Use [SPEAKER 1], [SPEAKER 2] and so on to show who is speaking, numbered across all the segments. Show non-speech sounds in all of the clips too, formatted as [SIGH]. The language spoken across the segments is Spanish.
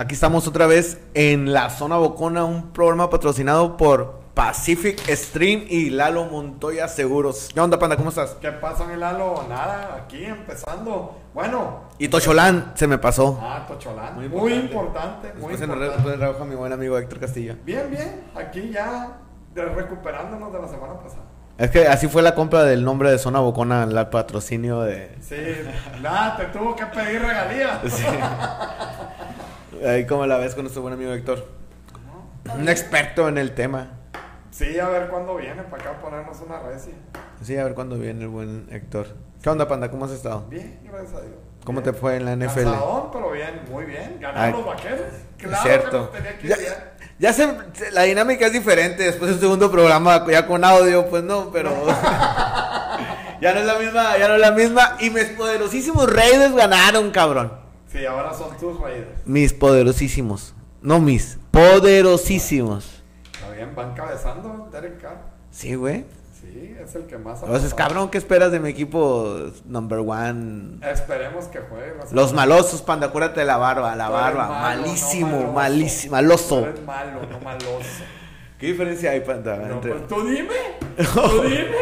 [SPEAKER 1] Aquí estamos otra vez en la zona Bocona, un programa patrocinado por Pacific Stream y Lalo Montoya Seguros. ¿Qué onda, Panda? ¿Cómo estás?
[SPEAKER 2] ¿Qué pasa, mi Lalo? Nada, aquí empezando. Bueno.
[SPEAKER 1] Y Tocholán se me pasó.
[SPEAKER 2] Ah, Tocholán. Muy importante. Muy
[SPEAKER 1] Después en pues.
[SPEAKER 2] importante.
[SPEAKER 1] el re- después del trabajo a mi buen amigo Héctor Castillo.
[SPEAKER 2] Bien, bien. Aquí ya de- recuperándonos de la semana pasada.
[SPEAKER 1] Es que así fue la compra del nombre de zona Bocona, el patrocinio de... [LAUGHS]
[SPEAKER 2] Sí, [LAUGHS] nada, te tuvo que pedir regalías.
[SPEAKER 1] Sí. Ahí como la ves con nuestro buen amigo Héctor. Un experto en el tema.
[SPEAKER 2] Sí, a ver cuándo viene para acá a ponernos una resi.
[SPEAKER 1] Sí, a ver cuándo viene el buen Héctor. ¿Qué onda, Panda? ¿Cómo has estado?
[SPEAKER 2] Bien, gracias a Dios.
[SPEAKER 1] ¿Cómo
[SPEAKER 2] Bien.
[SPEAKER 1] te fue en la NFL?
[SPEAKER 2] Cansadón, pero bien, muy bien.
[SPEAKER 1] Ay,
[SPEAKER 2] Ganaron los vaqueros.
[SPEAKER 1] Es
[SPEAKER 2] Claro que
[SPEAKER 1] cierto.
[SPEAKER 2] los tenía que
[SPEAKER 1] Ya,
[SPEAKER 2] ganar.
[SPEAKER 1] ya se, se- la dinámica es diferente después del segundo programa, ya con audio, pues no, pero. ya no es la misma, ya no es la misma. Y mis poderosísimos Raiders ganaron, cabrón.
[SPEAKER 2] Sí, ahora son tus Raiders.
[SPEAKER 1] Mis poderosísimos. No mis, poderosísimos.
[SPEAKER 2] Está bien, van cabezando Derek Carr.
[SPEAKER 1] Sí, güey.
[SPEAKER 2] Sí, es el que más... ha
[SPEAKER 1] Entonces,
[SPEAKER 2] pasado.
[SPEAKER 1] cabrón, ¿qué esperas de mi equipo number one?
[SPEAKER 2] Esperemos que juegue. la semana
[SPEAKER 1] Los malosos, panda, acuérdate de la barba, la
[SPEAKER 2] Tú eres
[SPEAKER 1] barba.
[SPEAKER 2] malo,
[SPEAKER 1] malísimo,
[SPEAKER 2] no
[SPEAKER 1] malísimo,
[SPEAKER 2] Tú
[SPEAKER 1] maloso.
[SPEAKER 2] eres malo,
[SPEAKER 1] [LAUGHS]
[SPEAKER 2] no maloso.
[SPEAKER 1] ¿Qué diferencia hay, panda?
[SPEAKER 2] No,
[SPEAKER 1] entre-
[SPEAKER 2] pues, tú dime, tú dime,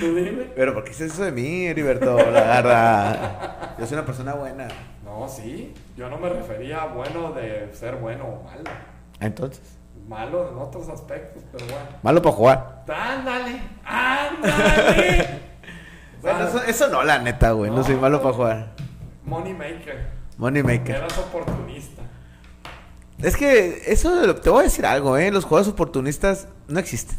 [SPEAKER 2] tú dime.
[SPEAKER 1] Pero ¿por qué dices eso de mí, Heriberto? La verdad. Yo soy una persona buena.
[SPEAKER 2] No, sí, yo no me refería a bueno de ser bueno o malo.
[SPEAKER 1] Entonces,
[SPEAKER 2] Malo en otros aspectos, pero bueno.
[SPEAKER 1] malo para jugar.
[SPEAKER 2] Ándale, ándale.
[SPEAKER 1] [LAUGHS]
[SPEAKER 2] Ah,
[SPEAKER 1] Bueno, eso, eso no, la neta, güey. No, soy malo para jugar.
[SPEAKER 2] Money maker,
[SPEAKER 1] Money maker.
[SPEAKER 2] eras oportunista.
[SPEAKER 1] Es que eso de lo- te voy a decir algo, ¿eh? Los jugadores oportunistas no existen.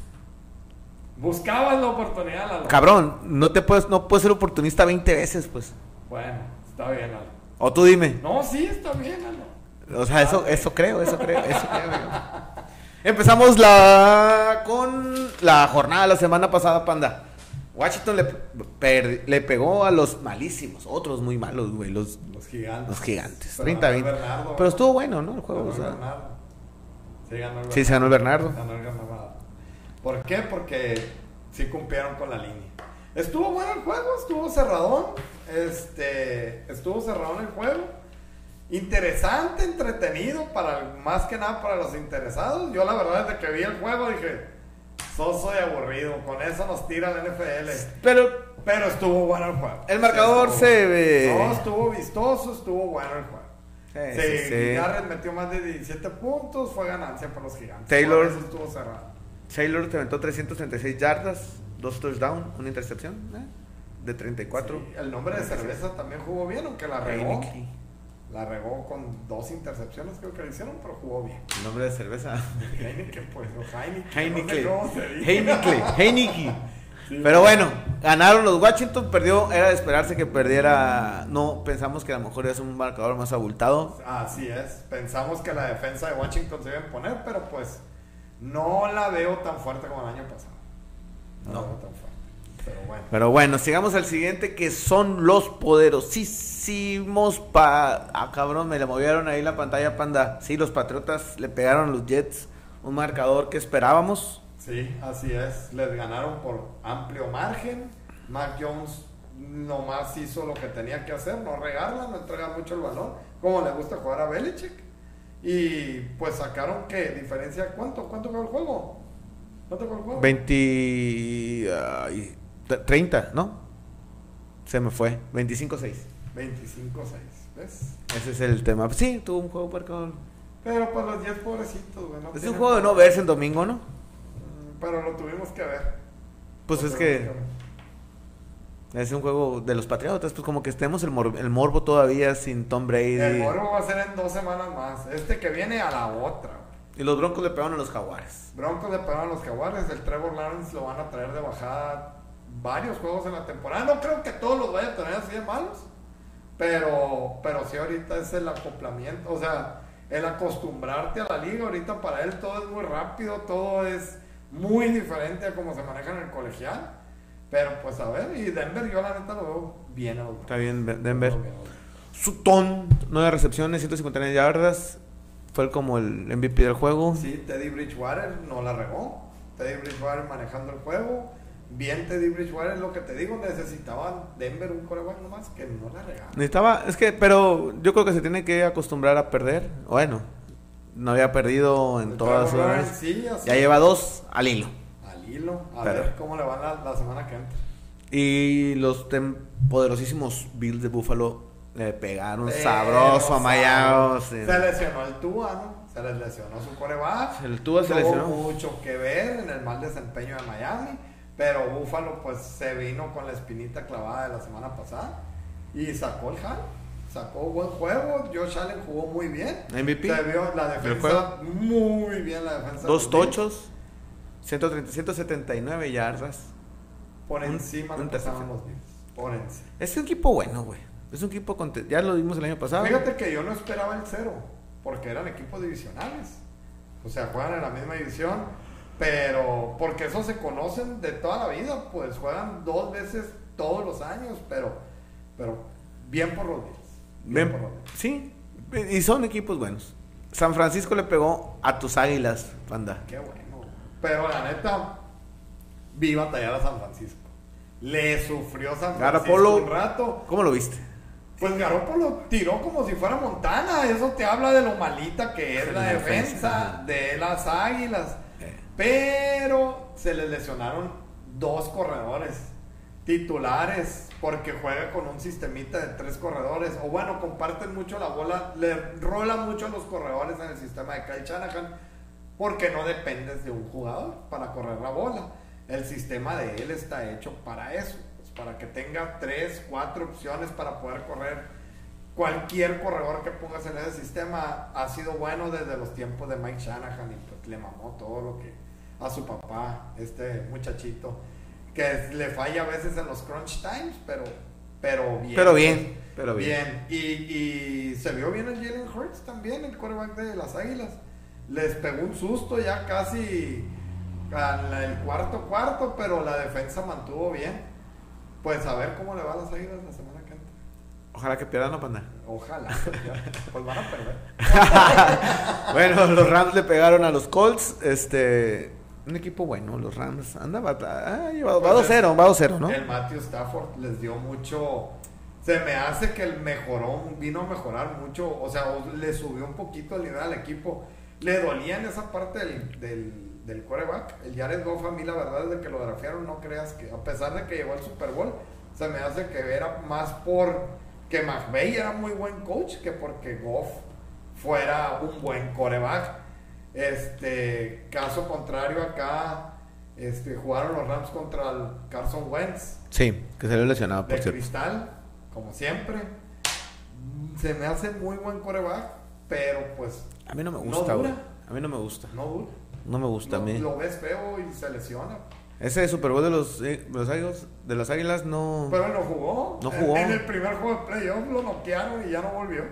[SPEAKER 2] Buscabas la oportunidad, Lalo.
[SPEAKER 1] Cabrón, no te puedes, no puedes ser oportunista 20 veces, pues.
[SPEAKER 2] Bueno, está bien, Lalo.
[SPEAKER 1] O tú dime.
[SPEAKER 2] No, sí, está bien, Lalo.
[SPEAKER 1] O sea, eso, eso creo, eso creo, eso creo. amigo. Empezamos la con la jornada de la semana pasada, panda. Washington le, per- le pegó a los malísimos, otros muy malos, güey, los,
[SPEAKER 2] Los gigantes.
[SPEAKER 1] los gigantes.
[SPEAKER 2] Pero
[SPEAKER 1] 30-20.
[SPEAKER 2] Bernardo.
[SPEAKER 1] Pero estuvo bueno, ¿no? El juego.
[SPEAKER 2] Ganó
[SPEAKER 1] o
[SPEAKER 2] el
[SPEAKER 1] sea.
[SPEAKER 2] Bernardo. Sí, ganó el
[SPEAKER 1] sí, se ganó el Bernardo.
[SPEAKER 2] Bernardo. Ganó el Bernardo. ¿Por qué? Porque sí cumplieron con la línea. Estuvo bueno el juego, estuvo cerradón. Este, estuvo cerradón el juego. Interesante, entretenido, para, más que nada para los interesados. Yo la verdad desde que vi el juego dije, soso y aburrido, con eso nos tira la NFL.
[SPEAKER 1] Pero
[SPEAKER 2] Pero estuvo bueno el juego.
[SPEAKER 1] El marcador
[SPEAKER 2] Sí,
[SPEAKER 1] se ve-
[SPEAKER 2] No, estuvo vistoso, estuvo bueno el juego.
[SPEAKER 1] Sí,
[SPEAKER 2] Sí,
[SPEAKER 1] Eh, sí, sí.
[SPEAKER 2] Garrett metió más de 17 puntos, fue ganancia para los gigantes.
[SPEAKER 1] Taylor.
[SPEAKER 2] Por eso estuvo cerrado. Eh,
[SPEAKER 1] Taylor te aventó 336 yardas, dos touchdowns, una intercepción ¿eh? de 34.
[SPEAKER 2] Sí, el nombre de cerveza también jugó bien, aunque la regó.
[SPEAKER 1] Heineken.
[SPEAKER 2] La regó con dos intercepciones, creo que le hicieron, pero jugó
[SPEAKER 1] [LAUGHS]
[SPEAKER 2] bien.
[SPEAKER 1] El nombre de cerveza.
[SPEAKER 2] Heineken, pues, o Heineken. no sé
[SPEAKER 1] Heineken.
[SPEAKER 2] cómo se dice.
[SPEAKER 1] Heineken. Heineken.
[SPEAKER 2] [LAUGHS] Sí,
[SPEAKER 1] Pero bueno, ganaron los Washington, perdió, era de esperarse que perdiera, no, pensamos que a lo mejor es un marcador más abultado.
[SPEAKER 2] Así es, pensamos que la defensa de Washington se iba a imponer, pero pues no la veo tan fuerte como el año pasado. No, la
[SPEAKER 1] No.
[SPEAKER 2] veo tan fuerte. Pero bueno.
[SPEAKER 1] Pero bueno, sigamos al siguiente que son los poderosísimos pa... Ah, cabrón, me le movieron ahí la pantalla panda. Sí, los Patriotas le pegaron a los Jets, un marcador que esperábamos.
[SPEAKER 2] Sí, así es. Les ganaron por amplio margen. Mac Jones nomás hizo lo que tenía que hacer, no regarla, no entregar mucho el balón, como le gusta jugar a Belichick. Y pues sacaron que diferencia cuánto, cuánto fue el juego. ¿Cuánto fue el juego?
[SPEAKER 1] 20... ay, t- 30, ¿no? Se me fue, 25-6.
[SPEAKER 2] 25-6, ¿ves?
[SPEAKER 1] Ese es el tema. Sí, tuvo un juego marcador.
[SPEAKER 2] Pero pues los 10 pobrecitos, güey. no
[SPEAKER 1] Es un
[SPEAKER 2] tienen-
[SPEAKER 1] juego de no verse el domingo, ¿no?
[SPEAKER 2] Mm, Pero lo tuvimos que ver.
[SPEAKER 1] Pues
[SPEAKER 2] Lo
[SPEAKER 1] es
[SPEAKER 2] tuvimos
[SPEAKER 1] que...
[SPEAKER 2] ver.
[SPEAKER 1] Es un juego de los Patriotas, pues como que estemos el, mor- el morbo todavía sin Tom Brady.
[SPEAKER 2] El morbo va a ser en dos semanas más. Este que viene a la otra, güey.
[SPEAKER 1] Y los Broncos le pegaron a los Jaguares.
[SPEAKER 2] Broncos le pegaron a los Jaguares, el Trevor Lawrence lo van a traer de bajada varios juegos en la temporada. No creo que todos los vaya a tener así de malos, pero, pero sí ahorita es el acoplamiento, o sea, el acostumbrarte a la liga. Ahorita para él todo es muy rápido, todo es muy diferente a como se maneja en el colegial. Pero pues a ver, y Denver yo la neta lo veo bien a los
[SPEAKER 1] Está bien, Be- Denver.
[SPEAKER 2] Lo veo bien a los-
[SPEAKER 1] Sutton, 9 recepciones, 159 yardas. Fue como el MVP del juego.
[SPEAKER 2] Sí, Teddy Bridgewater no la regó. Teddy Bridgewater manejando el juego. Bien, Teddy Bridgewater, lo que te digo, necesitaban Denver un coreback nomás que no la regaba.
[SPEAKER 1] Necesitaba, es que, pero yo creo que se tiene que acostumbrar a perder. Bueno, No había perdido en
[SPEAKER 2] El
[SPEAKER 1] todas
[SPEAKER 2] Trevor
[SPEAKER 1] las
[SPEAKER 2] Lawrence, sí, así.
[SPEAKER 1] Ya lleva dos al hilo.
[SPEAKER 2] Al hilo. A
[SPEAKER 1] Pero-
[SPEAKER 2] ver cómo le van la, la semana que entra.
[SPEAKER 1] Y los tem- poderosísimos Bills de Buffalo le pegaron
[SPEAKER 2] Pero,
[SPEAKER 1] sabroso a Miami.
[SPEAKER 2] sabroso.
[SPEAKER 1] Sí.
[SPEAKER 2] Se lesionó el Tua, ¿no? Se les lesionó su coreback.
[SPEAKER 1] El Tua se lesionó.
[SPEAKER 2] mucho que ver en el mal desempeño de Miami. Pero Buffalo, pues, se vino con la espinita clavada de la semana pasada. Y sacó el jal. Sacó buen juego. Josh Allen jugó muy bien.
[SPEAKER 1] MVP.
[SPEAKER 2] Se vio la
[SPEAKER 1] ¿Del
[SPEAKER 2] defensa.
[SPEAKER 1] juego?
[SPEAKER 2] Muy bien la defensa.
[SPEAKER 1] Dos
[SPEAKER 2] de los
[SPEAKER 1] tochos, 130, 179 yardas.
[SPEAKER 2] Bills. Por
[SPEAKER 1] un-
[SPEAKER 2] encima
[SPEAKER 1] un
[SPEAKER 2] de
[SPEAKER 1] tercero.
[SPEAKER 2] los Bills. Por encima.
[SPEAKER 1] Es un equipo bueno, güey. Es un equipo conte- Ya lo vimos el año pasado.
[SPEAKER 2] Fíjate que yo no esperaba el cero, porque eran equipos divisionales. O sea, juegan en la misma división, pero porque esos se conocen de toda la vida, pues juegan dos veces todos los años, pero, pero bien por los Bills. Bien
[SPEAKER 1] Ven-
[SPEAKER 2] por los Bills.
[SPEAKER 1] sí, y son equipos buenos. San Francisco le pegó a tus águilas, panda.
[SPEAKER 2] Qué bueno. Pero la neta, vi batallar a San Francisco. Le sufrió San Francisco
[SPEAKER 1] Garoppolo.
[SPEAKER 2] un rato.
[SPEAKER 1] ¿Cómo lo viste?
[SPEAKER 2] Pues Garoppolo tiró como si fuera Montana. Eso te habla de lo malita que es la
[SPEAKER 1] La defensa,
[SPEAKER 2] defensa
[SPEAKER 1] ajá.
[SPEAKER 2] de las águilas.
[SPEAKER 1] Eh.
[SPEAKER 2] Pero se les lesionaron dos corredores titulares porque juega con un sistemita de tres corredores. O bueno, comparten mucho la bola, le rola mucho a los corredores en el sistema de Kyle Shanahan porque no dependes de un jugador para correr la bola. El sistema de él está hecho para eso, pues, para que tenga tres, cuatro opciones para poder correr. Cualquier corredor que pongas en ese sistema ha sido bueno desde los tiempos de Mike Shanahan y pues le mamó todo lo que a su papá, este muchachito, que es- le falla a veces en los crunch times, pero, pero bien.
[SPEAKER 1] Pero bien, pero bien.
[SPEAKER 2] Bien, y, y se vio bien el Jalen Hurts también, el quarterback de las Águilas. Les pegó un susto ya casi al el cuarto cuarto, pero la defensa mantuvo bien. Pues a ver cómo le va a las Águilas la semana que entra.
[SPEAKER 1] Ojalá que pierdan, no, panda.
[SPEAKER 2] Ojalá. ya. Pues van a perder.
[SPEAKER 1] Bueno, [LAUGHS] los Rams le pegaron a los Colts. Este, un equipo bueno, los Rams. Anda, va, ah, lleva- va 2-0, va 2-0, ¿no?
[SPEAKER 2] El Matthew Stafford les dio mucho. Se me hace que el mejoró, vino a mejorar mucho. O sea, o le subió un poquito el nivel al equipo. Le dolía en esa parte del, del, del quarterback. El Jared Goff a mí, la verdad, desde que lo drafearon, no creas que, a pesar de que llegó al Super Bowl, se me hace que era más por que McVay era muy buen coach que porque Goff fuera un buen coreback. Este, caso contrario acá, este, jugaron los Rams contra el Carson Wentz
[SPEAKER 1] Sí, que salió lesionado, Ah, por
[SPEAKER 2] de
[SPEAKER 1] cierto.
[SPEAKER 2] cristal, como siempre. Se me hace muy buen coreback, pero pues
[SPEAKER 1] A mí no me
[SPEAKER 2] ¿No
[SPEAKER 1] gusta, güey.
[SPEAKER 2] dura?
[SPEAKER 1] a mí no me gusta.
[SPEAKER 2] no dura.
[SPEAKER 1] No me gusta a
[SPEAKER 2] No,
[SPEAKER 1] mí.
[SPEAKER 2] lo ves feo y se lesiona.
[SPEAKER 1] Ese Super Bowl de los, eh, los águilas, de las águilas no.
[SPEAKER 2] Pero no jugó.
[SPEAKER 1] No jugó.
[SPEAKER 2] En, en el primer juego de playoff lo noquearon y ya no volvió.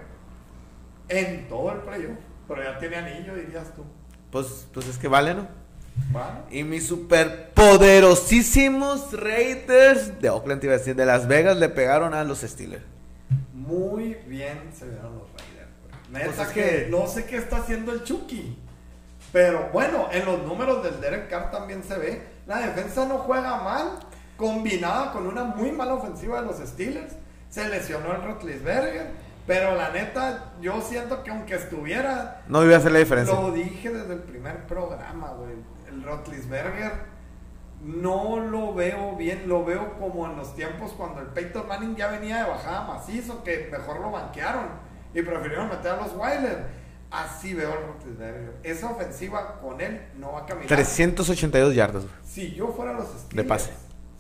[SPEAKER 2] En todo el playoff. Pero ya tiene anillo, dirías tú.
[SPEAKER 1] Pues, pues es que vale, ¿no?
[SPEAKER 2] ¿Vale?
[SPEAKER 1] Y mis superpoderosísimos Raiders de Oakland, te iba a decir, de Las Vegas, le pegaron a los Steelers.
[SPEAKER 2] Muy bien se vieron los Raiders. güey. Neta
[SPEAKER 1] Pues es
[SPEAKER 2] que,
[SPEAKER 1] que-
[SPEAKER 2] no sé qué está haciendo el Chucky. Pero bueno, en los números del Derek Carr también se ve. La defensa no juega mal, combinada con una muy mala ofensiva de los Steelers. Se lesionó el Rotlisberger. Pero la neta, yo siento que aunque estuviera,
[SPEAKER 1] No iba a hacer la diferencia.
[SPEAKER 2] Lo dije desde el primer programa, güey. El Rotlisberger no lo veo bien. Lo veo como en los tiempos cuando el Peyton Manning ya venía de bajada macizo, que mejor lo banquearon y prefirieron meter a los Wilder. Así veo al Rotlisberger. Esa ofensiva con él no va a caminar.
[SPEAKER 1] 382 yardas, güey,
[SPEAKER 2] Si yo fuera los Steelers.
[SPEAKER 1] De pase.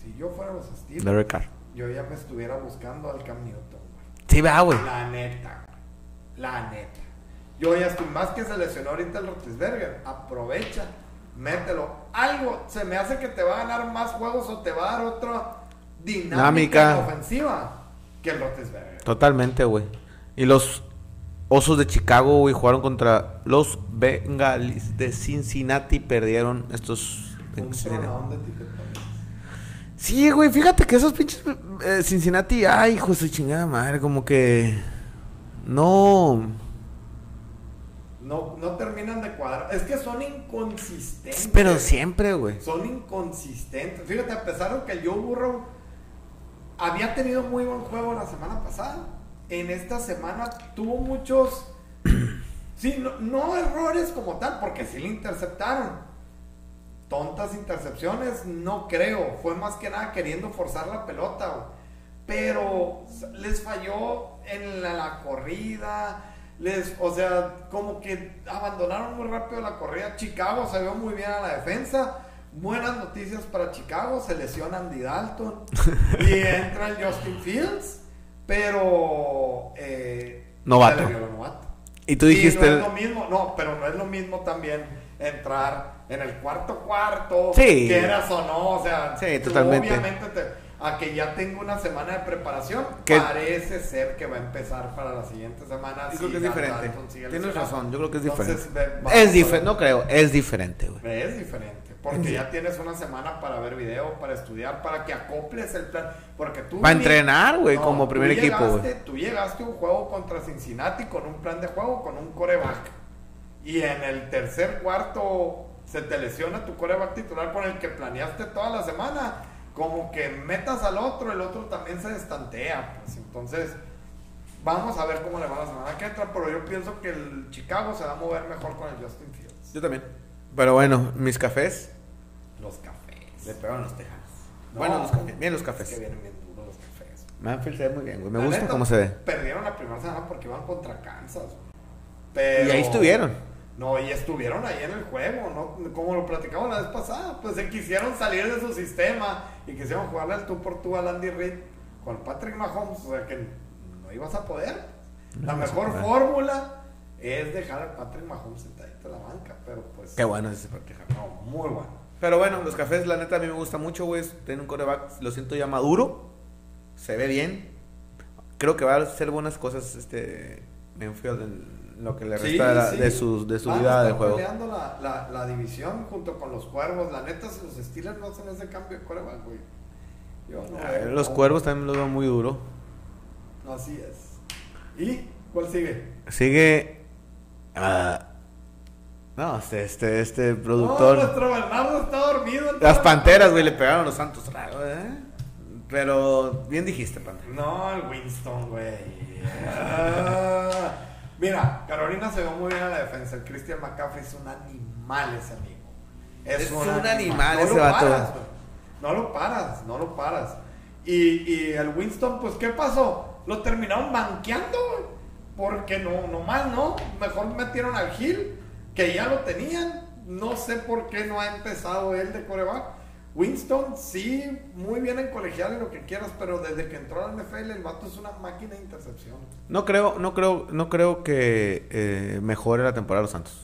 [SPEAKER 2] Si yo fuera los Steelers,
[SPEAKER 1] de Red Car.
[SPEAKER 2] yo ya me estuviera buscando al Cam Newton, güey.
[SPEAKER 1] Sí, va, güey.
[SPEAKER 2] La neta, güey. la neta. Yo ya estoy más que se lesionó ahorita el Rotisberger. Aprovecha, mételo. Algo se me hace que te va a ganar más juegos o te va a dar otra dinámica
[SPEAKER 1] Dinámica.
[SPEAKER 2] ofensiva que el Rotisberger.
[SPEAKER 1] Totalmente, güey. Y los Osos de Chicago, güey, jugaron contra los Bengalis de Cincinnati. Perdieron estos...
[SPEAKER 2] Un tronadón de tiquetones.
[SPEAKER 1] Sí, güey, fíjate que esos pinches eh, Cincinnati, ay, hijo de su chingada madre, como que no
[SPEAKER 2] No, no terminan de cuadrar. Es que son inconsistentes.
[SPEAKER 1] pero siempre, güey.
[SPEAKER 2] Son inconsistentes. Fíjate, a pesar de que Joe Burrow había tenido muy buen juego la semana pasada, en esta semana tuvo muchos [CLEARS THROAT] Sí, no, no errores como tal, porque sí le interceptaron. Tontas intercepciones, no creo. Fue más que nada queriendo forzar la pelota, güey. Pero les falló en la, la corrida. Les, o sea, como que abandonaron muy rápido la corrida. Chicago se vio muy bien a la defensa. Buenas noticias para Chicago, se lesiona Andy Dalton y entra el Justin Fields, pero eh,
[SPEAKER 1] Novato.
[SPEAKER 2] se le vio el novato.
[SPEAKER 1] Y tú
[SPEAKER 2] Sí,
[SPEAKER 1] dijiste.
[SPEAKER 2] no es lo mismo, no, pero no es lo mismo también entrar en el cuarto cuarto,
[SPEAKER 1] Sí.
[SPEAKER 2] quieras o no, o sea,
[SPEAKER 1] Sí,
[SPEAKER 2] tú
[SPEAKER 1] totalmente.
[SPEAKER 2] obviamente te- a que ya tengo una semana de preparación,
[SPEAKER 1] Que-
[SPEAKER 2] parece ser que va a empezar para la siguiente semana.
[SPEAKER 1] Yo
[SPEAKER 2] si
[SPEAKER 1] creo que es
[SPEAKER 2] Dan
[SPEAKER 1] diferente.
[SPEAKER 2] Dalton sigue
[SPEAKER 1] Tienes
[SPEAKER 2] lesionado.
[SPEAKER 1] razón, yo creo que es diferente.
[SPEAKER 2] Entonces, ve- vamos
[SPEAKER 1] es
[SPEAKER 2] a
[SPEAKER 1] diferente,
[SPEAKER 2] ver.
[SPEAKER 1] no creo, es diferente, güey.
[SPEAKER 2] Es diferente, porque
[SPEAKER 1] Sí.
[SPEAKER 2] ya tienes una semana para ver video, para estudiar, para que acoples el plan, porque tú...
[SPEAKER 1] Para
[SPEAKER 2] ni-
[SPEAKER 1] entrenar, güey,
[SPEAKER 2] No,
[SPEAKER 1] como
[SPEAKER 2] tú
[SPEAKER 1] primer equipo, güey.
[SPEAKER 2] llegaste- Tú llegaste a un juego contra Cincinnati con un plan de juego, con un coreback. Y en el tercer cuarto se te lesiona tu coreback titular con el que planeaste toda la semana. Como que metas al otro, el otro también se destantea. Pues entonces, vamos a ver cómo le va la semana que entra. Pero yo pienso que el Chicago se va a mover mejor con el Justin Fields.
[SPEAKER 1] Yo también. Pero bueno, mis cafés.
[SPEAKER 2] Los cafés.
[SPEAKER 1] Le pegaron los tejanos.
[SPEAKER 2] No,
[SPEAKER 1] bueno, los cafés. Bien los
[SPEAKER 2] Es que
[SPEAKER 1] cafés.
[SPEAKER 2] vienen bien duros los cafés.
[SPEAKER 1] Manfield se ve muy bien, güey. Me
[SPEAKER 2] La
[SPEAKER 1] gusta
[SPEAKER 2] neta,
[SPEAKER 1] cómo se ve.
[SPEAKER 2] Perdieron la primera semana porque iban contra Kansas. güey. Pero-
[SPEAKER 1] Y ahí estuvieron.
[SPEAKER 2] No, y estuvieron ahí en el juego, ¿no? Como lo platicamos la vez pasada, pues se quisieron salir de su sistema y quisieron jugarle al tú por tú al Andy Reid con Patrick Mahomes, o sea que no ibas a poder. la
[SPEAKER 1] ibas a
[SPEAKER 2] mejor
[SPEAKER 1] poder.
[SPEAKER 2] fórmula es dejar al Patrick Mahomes sentadito en la banca, pero pues...
[SPEAKER 1] Qué bueno es ese partido.
[SPEAKER 2] No, muy bueno.
[SPEAKER 1] Pero bueno, los cafés, la neta, a mí me gusta mucho, güey. Tiene un coreback, lo siento ya maduro. Se ve bien. Creo que va a hacer buenas cosas este Manfield en lo que le
[SPEAKER 2] Sí,
[SPEAKER 1] resta de, la-
[SPEAKER 2] sí.
[SPEAKER 1] de sus- de su
[SPEAKER 2] Van a
[SPEAKER 1] vida de
[SPEAKER 2] estar
[SPEAKER 1] juego.
[SPEAKER 2] peleando la, la, la división junto con los cuervos. La neta, si los Steelers no hacen ese cambio de coreback, güey. Yo no
[SPEAKER 1] A
[SPEAKER 2] veo
[SPEAKER 1] ver, Ah, los
[SPEAKER 2] cómo.
[SPEAKER 1] cuervos también los veo muy duro.
[SPEAKER 2] No, así es. ¿Y cuál sigue?
[SPEAKER 1] Sigue. ah, no, este, este, este
[SPEAKER 2] No,
[SPEAKER 1] productor.
[SPEAKER 2] nuestro Bernardo está dormido. entonces-
[SPEAKER 1] Las panteras, güey, le pegaron los santos. ¿eh? Pero bien dijiste, pantera.
[SPEAKER 2] No, el Winston, güey. Ah. Mira, Carolina se ve muy bien a la defensa. El Christian McCaffrey es un animal ese amigo.
[SPEAKER 1] Es un animal ese
[SPEAKER 2] lo
[SPEAKER 1] vato.
[SPEAKER 2] paras, güey. no lo paras, no lo paras. Y, y el Winston, pues, ¿qué pasó? Lo terminaron banqueando, güey. Porque no, nomás no. Mejor metieron al Gil, que ya lo tenían. No sé por qué no ha empezado él de coreback. Winston, sí, muy bien en colegial y lo que quieras, pero desde que entró al NFL, el vato es una máquina de intercepción.
[SPEAKER 1] No creo, no creo, no creo que eh, mejore la temporada de los santos.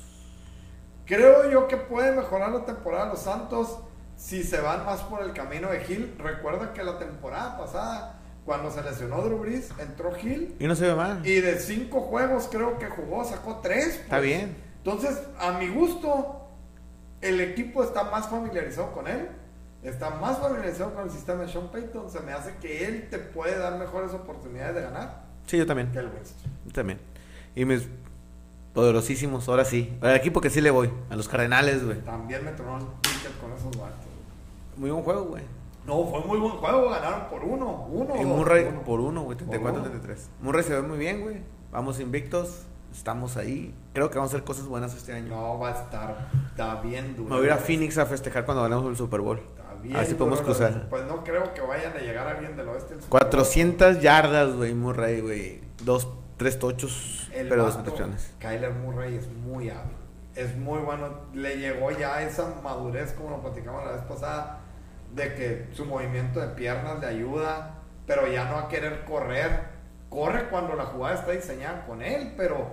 [SPEAKER 2] Creo yo que puede mejorar la temporada de los Santos si se van más por el camino de Gil. Recuerda que la temporada pasada, cuando se lesionó Drew Brees, entró Gil.
[SPEAKER 1] Y no se ve mal.
[SPEAKER 2] Y de cinco juegos creo que jugó, sacó tres. pues.
[SPEAKER 1] Está bien.
[SPEAKER 2] Entonces, a mi gusto, el equipo está más familiarizado con él. Está más familiarizado con el sistema de Sean Payton. Se me hace que él te puede dar mejores oportunidades de ganar
[SPEAKER 1] Sí, yo también.
[SPEAKER 2] que el Winston.
[SPEAKER 1] Yo también. Y mis poderosísimos, ahora sí. Al equipo que sí le voy, a los Cardenales, güey.
[SPEAKER 2] También me tronó el ticket con esos vatos.
[SPEAKER 1] Muy buen juego, güey.
[SPEAKER 2] No, fue muy buen juego, ganaron por uno, uno.
[SPEAKER 1] Y
[SPEAKER 2] dos,
[SPEAKER 1] Murray
[SPEAKER 2] uno.
[SPEAKER 1] por uno, güey,
[SPEAKER 2] Por
[SPEAKER 1] 34-33. Murray se ve muy bien, güey. Vamos invictos, estamos ahí. Creo que vamos a hacer cosas buenas este año.
[SPEAKER 2] No, va a estar, está bien duro.
[SPEAKER 1] Me voy a ir a Phoenix a festejar cuando ganemos el Super Bowl.
[SPEAKER 2] Está bien
[SPEAKER 1] a ver si
[SPEAKER 2] duro,
[SPEAKER 1] podemos cruzar.
[SPEAKER 2] Pues no creo que vayan a llegar a alguien del oeste. el Super Bowl.
[SPEAKER 1] 400 yardas, güey, Murray, güey. Dos, tres tochos,
[SPEAKER 2] El
[SPEAKER 1] pero dos
[SPEAKER 2] vato,
[SPEAKER 1] intercepciones.
[SPEAKER 2] Kyler Murray es muy hábil. Es muy bueno. Le llegó ya esa madurez, como lo platicamos la vez pasada, de que su movimiento de piernas le ayuda, pero ya no a querer correr. Corre cuando la jugada está diseñada con él, pero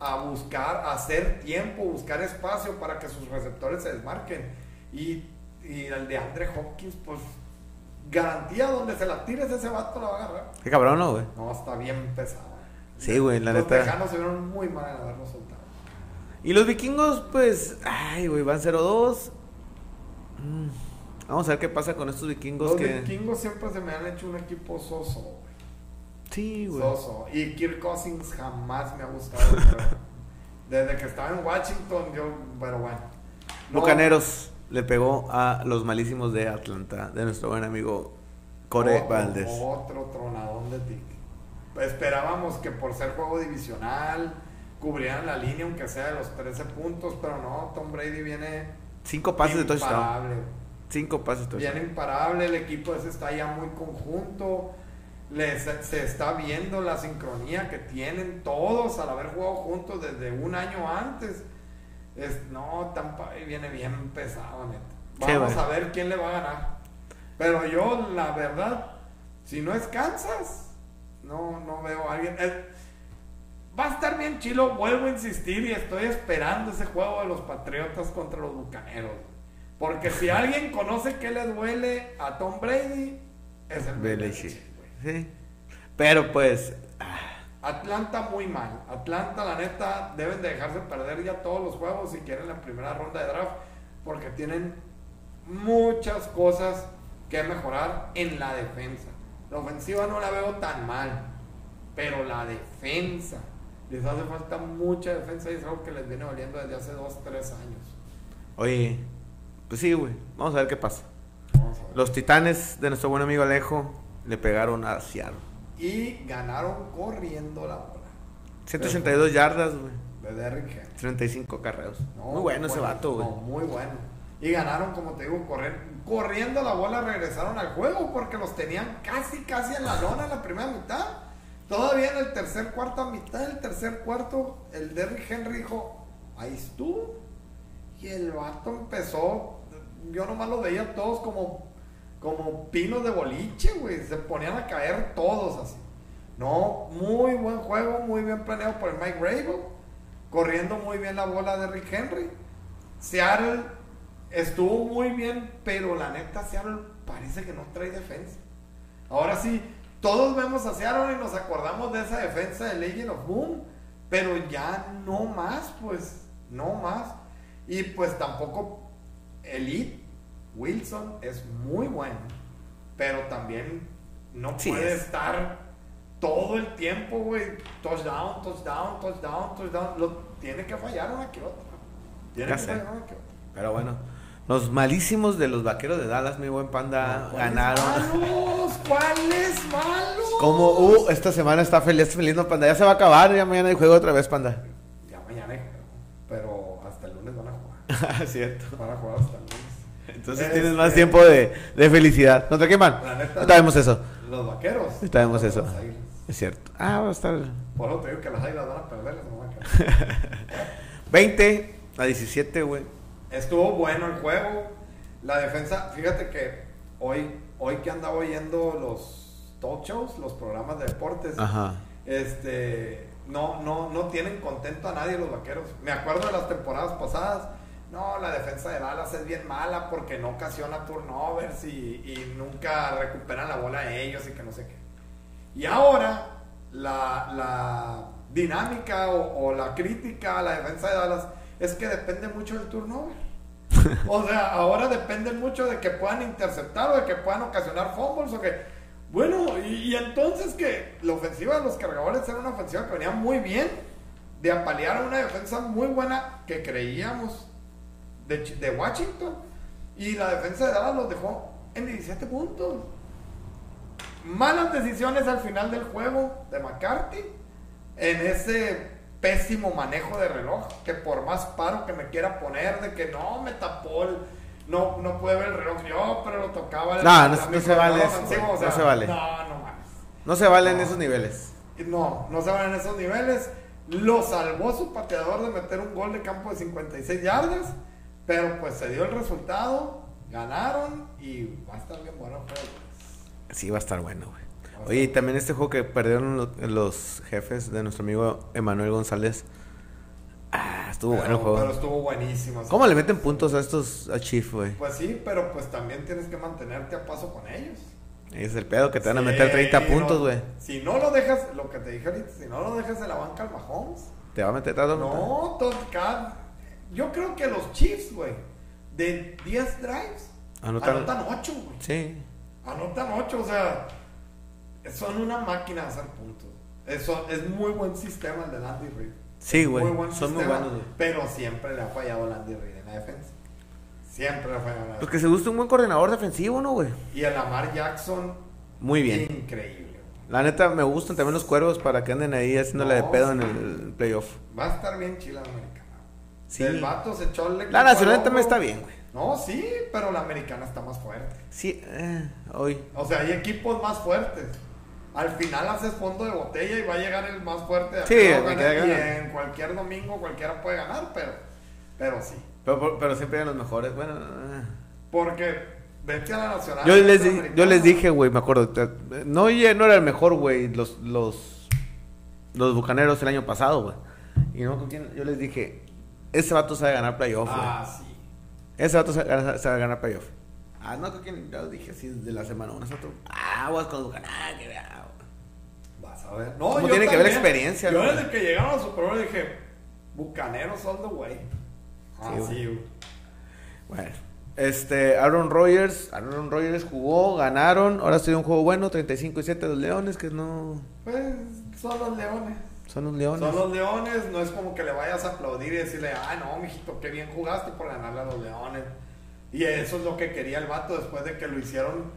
[SPEAKER 2] a buscar, a hacer tiempo, buscar espacio para que sus receptores se desmarquen. Y, y el de Andre Hopkins, pues garantía donde se la tires, ese vato la va a agarrar.
[SPEAKER 1] Qué cabrón, ¿no, güey?
[SPEAKER 2] No, está bien pesado.
[SPEAKER 1] Sí, güey, la
[SPEAKER 2] Los
[SPEAKER 1] neta.
[SPEAKER 2] Tejanos se vieron muy mal en habernos soltado.
[SPEAKER 1] Y los vikingos, pues, ay, güey, van 0-2. Mm, Vamos a ver qué pasa con estos vikingos
[SPEAKER 2] Los
[SPEAKER 1] que...
[SPEAKER 2] vikingos siempre se me han hecho un equipo soso, güey.
[SPEAKER 1] Sí, güey.
[SPEAKER 2] Soso. Y Kirk Cousins jamás me ha gustado. [LAUGHS] pero desde que estaba en Washington, yo, pero bueno. No,
[SPEAKER 1] Bucaneros le pegó a los malísimos de Atlanta, de nuestro buen amigo Core
[SPEAKER 2] otro-
[SPEAKER 1] Valdés.
[SPEAKER 2] Otro tronadón de tic. Esperábamos que por ser juego divisional, cubrieran la línea, aunque sea de los 13 puntos, pero no, Tom Brady viene
[SPEAKER 1] Cinco pases de touchdown.
[SPEAKER 2] imparable.
[SPEAKER 1] Cinco pases de touchdown.
[SPEAKER 2] Viene imparable, el equipo ese está ya muy conjunto. les- se está viendo la sincronía que tienen todos al haber jugado juntos desde un año antes. Es, no, Tampa Bay viene bien pesado, neta.
[SPEAKER 1] Sí,
[SPEAKER 2] Vamos
[SPEAKER 1] güey.
[SPEAKER 2] a ver quién le va a ganar. Pero yo, la verdad, si no es Kansas, no, no veo a alguien. Eh, va a estar bien chilo, vuelvo a insistir y estoy esperando ese juego de los Patriotas contra los Bucaneros. Porque si alguien conoce que le duele a Tom Brady, es el
[SPEAKER 1] Belichick.
[SPEAKER 2] Belichick, güey.
[SPEAKER 1] Sí. Pero pues,
[SPEAKER 2] Atlanta muy mal. Atlanta, la neta, deben de dejarse perder ya todos los juegos si quieren la primera ronda de draft. Porque tienen muchas cosas que mejorar en la defensa. La ofensiva no la veo tan mal. Pero la defensa. Les hace falta mucha defensa y es algo que les viene valiendo desde hace 2, 3 años.
[SPEAKER 1] oye, pues sí, güey. Vamos a ver qué pasa.
[SPEAKER 2] Vamos a ver.
[SPEAKER 1] Los titanes de nuestro buen amigo Alejo le pegaron a Seattle.
[SPEAKER 2] Y ganaron corriendo la bola.
[SPEAKER 1] 182 yardas, güey.
[SPEAKER 2] De Derrick Henry.
[SPEAKER 1] 35 carreos.
[SPEAKER 2] No,
[SPEAKER 1] Muy bueno ese vato, güey.
[SPEAKER 2] no, muy bueno. Y ganaron, como te digo, correr, corriendo la bola, regresaron al juego porque los tenían casi, casi en la lona en la primera mitad. Todavía en el tercer cuarto, a mitad del tercer cuarto, el Derrick Henry dijo, ahí estuvo. Y el vato empezó, yo nomás lo veía todos como, como pinos de boliche, güey. Se ponían a caer todos así. No, muy buen juego, muy bien planeado por el Mike Rabel. Corriendo muy bien la bola de Rick Henry. Seattle estuvo muy bien, pero la neta Seattle parece que no trae defensa. Ahora sí, todos vemos a Seattle y nos acordamos de esa defensa de Legend of Boom, pero ya no más, pues, no más. Y pues tampoco Elite Wilson es muy bueno, pero también no
[SPEAKER 1] Sí
[SPEAKER 2] puede
[SPEAKER 1] es.
[SPEAKER 2] estar todo el tiempo, güey, touchdown, touchdown, touchdown, touchdown. Lo, tiene que fallar una que otra. Tiene
[SPEAKER 1] Ya
[SPEAKER 2] que
[SPEAKER 1] sé.
[SPEAKER 2] fallar una que otra.
[SPEAKER 1] Pero bueno, los malísimos de los vaqueros de Dallas, mi buen panda,
[SPEAKER 2] ¿Cuáles
[SPEAKER 1] ganaron.
[SPEAKER 2] malos? ¿Cuáles malos?
[SPEAKER 1] Como, uh, esta semana está feliz, feliz, no, panda. Ya se va a acabar, ya mañana hay juego otra vez, panda.
[SPEAKER 2] Ya mañana hay juego, pero hasta el lunes van a
[SPEAKER 1] [LAUGHS]
[SPEAKER 2] jugar.
[SPEAKER 1] Cierto.
[SPEAKER 2] Van a jugar hasta el lunes.
[SPEAKER 1] Entonces
[SPEAKER 2] Este-
[SPEAKER 1] tienes más tiempo de, de felicidad. ¿No te queman?
[SPEAKER 2] La neta,
[SPEAKER 1] No sabemos eso.
[SPEAKER 2] Los vaqueros.
[SPEAKER 1] Ahorita vemos pues, eso.
[SPEAKER 2] Las águilas.
[SPEAKER 1] Es cierto. Ah, va a estar
[SPEAKER 2] Por eso te digo que las águilas van a perder. las vaqueras.
[SPEAKER 1] 20 a 17, güey.
[SPEAKER 2] Estuvo bueno el juego. La defensa, fíjate que hoy, hoy que andaba oyendo los talk shows, los programas de deportes,
[SPEAKER 1] Ajá.
[SPEAKER 2] este no, no, no tienen contento a nadie los vaqueros. Me acuerdo de las temporadas pasadas. No, la defensa de Dallas es bien mala porque no ocasiona turnovers y, y nunca recuperan la bola ellos y que no sé qué. Y ahora la, la dinámica o, o la crítica a la defensa de Dallas es que depende mucho del turnover. [LAUGHS] O sea, ahora depende mucho de que puedan interceptar o de que puedan ocasionar fumbles o que... Bueno, y, y entonces que la ofensiva de los cargadores era una ofensiva que venía muy bien de apalear a una defensa muy buena que creíamos de, Chi- de Washington. Y la defensa de Dallas los dejó en 17 puntos. Malas decisiones al final del juego de McCarthy en ese pésimo manejo de reloj, que por más paro que me quiera poner, de que no, me tapó el- No, no puede ver el reloj yo, pero lo tocaba el-
[SPEAKER 1] No, no
[SPEAKER 2] la
[SPEAKER 1] se- no se
[SPEAKER 2] micro-
[SPEAKER 1] vale eso,
[SPEAKER 2] ofensivo,
[SPEAKER 1] güey,
[SPEAKER 2] o sea,
[SPEAKER 1] no se vale.
[SPEAKER 2] No, no mames.
[SPEAKER 1] No se valen
[SPEAKER 2] No.
[SPEAKER 1] esos niveles.
[SPEAKER 2] No, no se van en esos niveles. Lo salvó su pateador de meter un gol de campo de 56 yardas, pero pues se dio el resultado, ganaron y va a estar bien bueno el juego.
[SPEAKER 1] Sí, va a estar bueno, güey. Oye, y también este juego que perdieron lo- los, jefes de nuestro amigo Emanuel González. Ah, estuvo
[SPEAKER 2] Pero-
[SPEAKER 1] bueno el juego.
[SPEAKER 2] Pero estuvo buenísimo.
[SPEAKER 1] ¿Cómo le meten puntos a estos a Chief, güey?
[SPEAKER 2] Pues sí, pero pues también tienes que mantenerte a paso con ellos.
[SPEAKER 1] Es el pedo que te van a
[SPEAKER 2] Sí,
[SPEAKER 1] meter 30
[SPEAKER 2] no.
[SPEAKER 1] puntos, güey.
[SPEAKER 2] Si no lo dejas, lo que te dije ahorita, si no lo dejas en la banca al Mahomes,
[SPEAKER 1] Te va a meter tanto.
[SPEAKER 2] No, Todd Cab- Yo creo que los Chiefs, güey, de 10 drives,
[SPEAKER 1] Anotan-
[SPEAKER 2] anotan 8, güey.
[SPEAKER 1] Sí.
[SPEAKER 2] Anotan 8, o sea, son una máquina de hacer puntos. Eso es muy buen sistema el de Landy Reid.
[SPEAKER 1] Sí,
[SPEAKER 2] Es
[SPEAKER 1] güey.
[SPEAKER 2] muy buen
[SPEAKER 1] Son muy
[SPEAKER 2] sistema,
[SPEAKER 1] buenos, güey.
[SPEAKER 2] Pero siempre le ha fallado Landy Reid en la defensa. Siempre le ha fallado en la defensa.
[SPEAKER 1] Pues que se guste un buen coordinador defensivo, ¿no, güey?
[SPEAKER 2] Y el Lamar Jackson,
[SPEAKER 1] Muy bien.
[SPEAKER 2] increíble. güey.
[SPEAKER 1] La neta, me gustan también los cuervos para que anden ahí haciéndole de
[SPEAKER 2] No,
[SPEAKER 1] pedo
[SPEAKER 2] sí.
[SPEAKER 1] en el playoff.
[SPEAKER 2] Va a estar bien chila la americana.
[SPEAKER 1] Sí.
[SPEAKER 2] El vato se echó el equipo
[SPEAKER 1] La
[SPEAKER 2] al
[SPEAKER 1] nacional
[SPEAKER 2] hombro.
[SPEAKER 1] también está bien, güey.
[SPEAKER 2] No, sí, pero la americana está más fuerte.
[SPEAKER 1] Sí, eh, hoy.
[SPEAKER 2] O sea, hay equipos más fuertes. Al final haces fondo de botella y va a llegar el más fuerte. de
[SPEAKER 1] Sí,
[SPEAKER 2] acá,
[SPEAKER 1] el
[SPEAKER 2] va a
[SPEAKER 1] que
[SPEAKER 2] ganar. y
[SPEAKER 1] gana.
[SPEAKER 2] en cualquier domingo cualquiera puede ganar, pero, pero sí.
[SPEAKER 1] Pero, pero- pero siempre eran los mejores. Bueno, eh.
[SPEAKER 2] Porque vete a la nacional.
[SPEAKER 1] yo, les, di-
[SPEAKER 2] Americana.
[SPEAKER 1] yo les dije, güey, me acuerdo. te- No, ye- no era el mejor, güey, los, los, los bucaneros el año pasado, güey. Y no, ¿con quién? yo les dije, ese vato sabe ganar playoff, güey.
[SPEAKER 2] Ah, sí.
[SPEAKER 1] Ese vato se, gana- se va a ganar playoff. Ah, no, creo que ya lo dije así de la semana una. ese vato, Ah, vas con Dugan. Ah, que vea.
[SPEAKER 2] Vas a ver. No,
[SPEAKER 1] ¿Cómo
[SPEAKER 2] yo
[SPEAKER 1] tiene que ver la
[SPEAKER 2] también.
[SPEAKER 1] experiencia,
[SPEAKER 2] Yo
[SPEAKER 1] no?
[SPEAKER 2] desde que llegaron a Super Bowl dije, bucaneros all the way.
[SPEAKER 1] Sí,
[SPEAKER 2] Ah, sí,
[SPEAKER 1] güey.
[SPEAKER 2] güey.
[SPEAKER 1] Bueno. Este, Aaron Rodgers, Aaron Rodgers jugó, ganaron, ahora sería un juego bueno, 35 y 7 de los Leones, que no
[SPEAKER 2] Pues son los leones.
[SPEAKER 1] son los Leones.
[SPEAKER 2] Son los leones, no es como que le vayas a aplaudir y decirle, ah, no, mijito, qué bien jugaste por ganarle a los leones. Y eso es lo que quería el vato después de que lo hicieron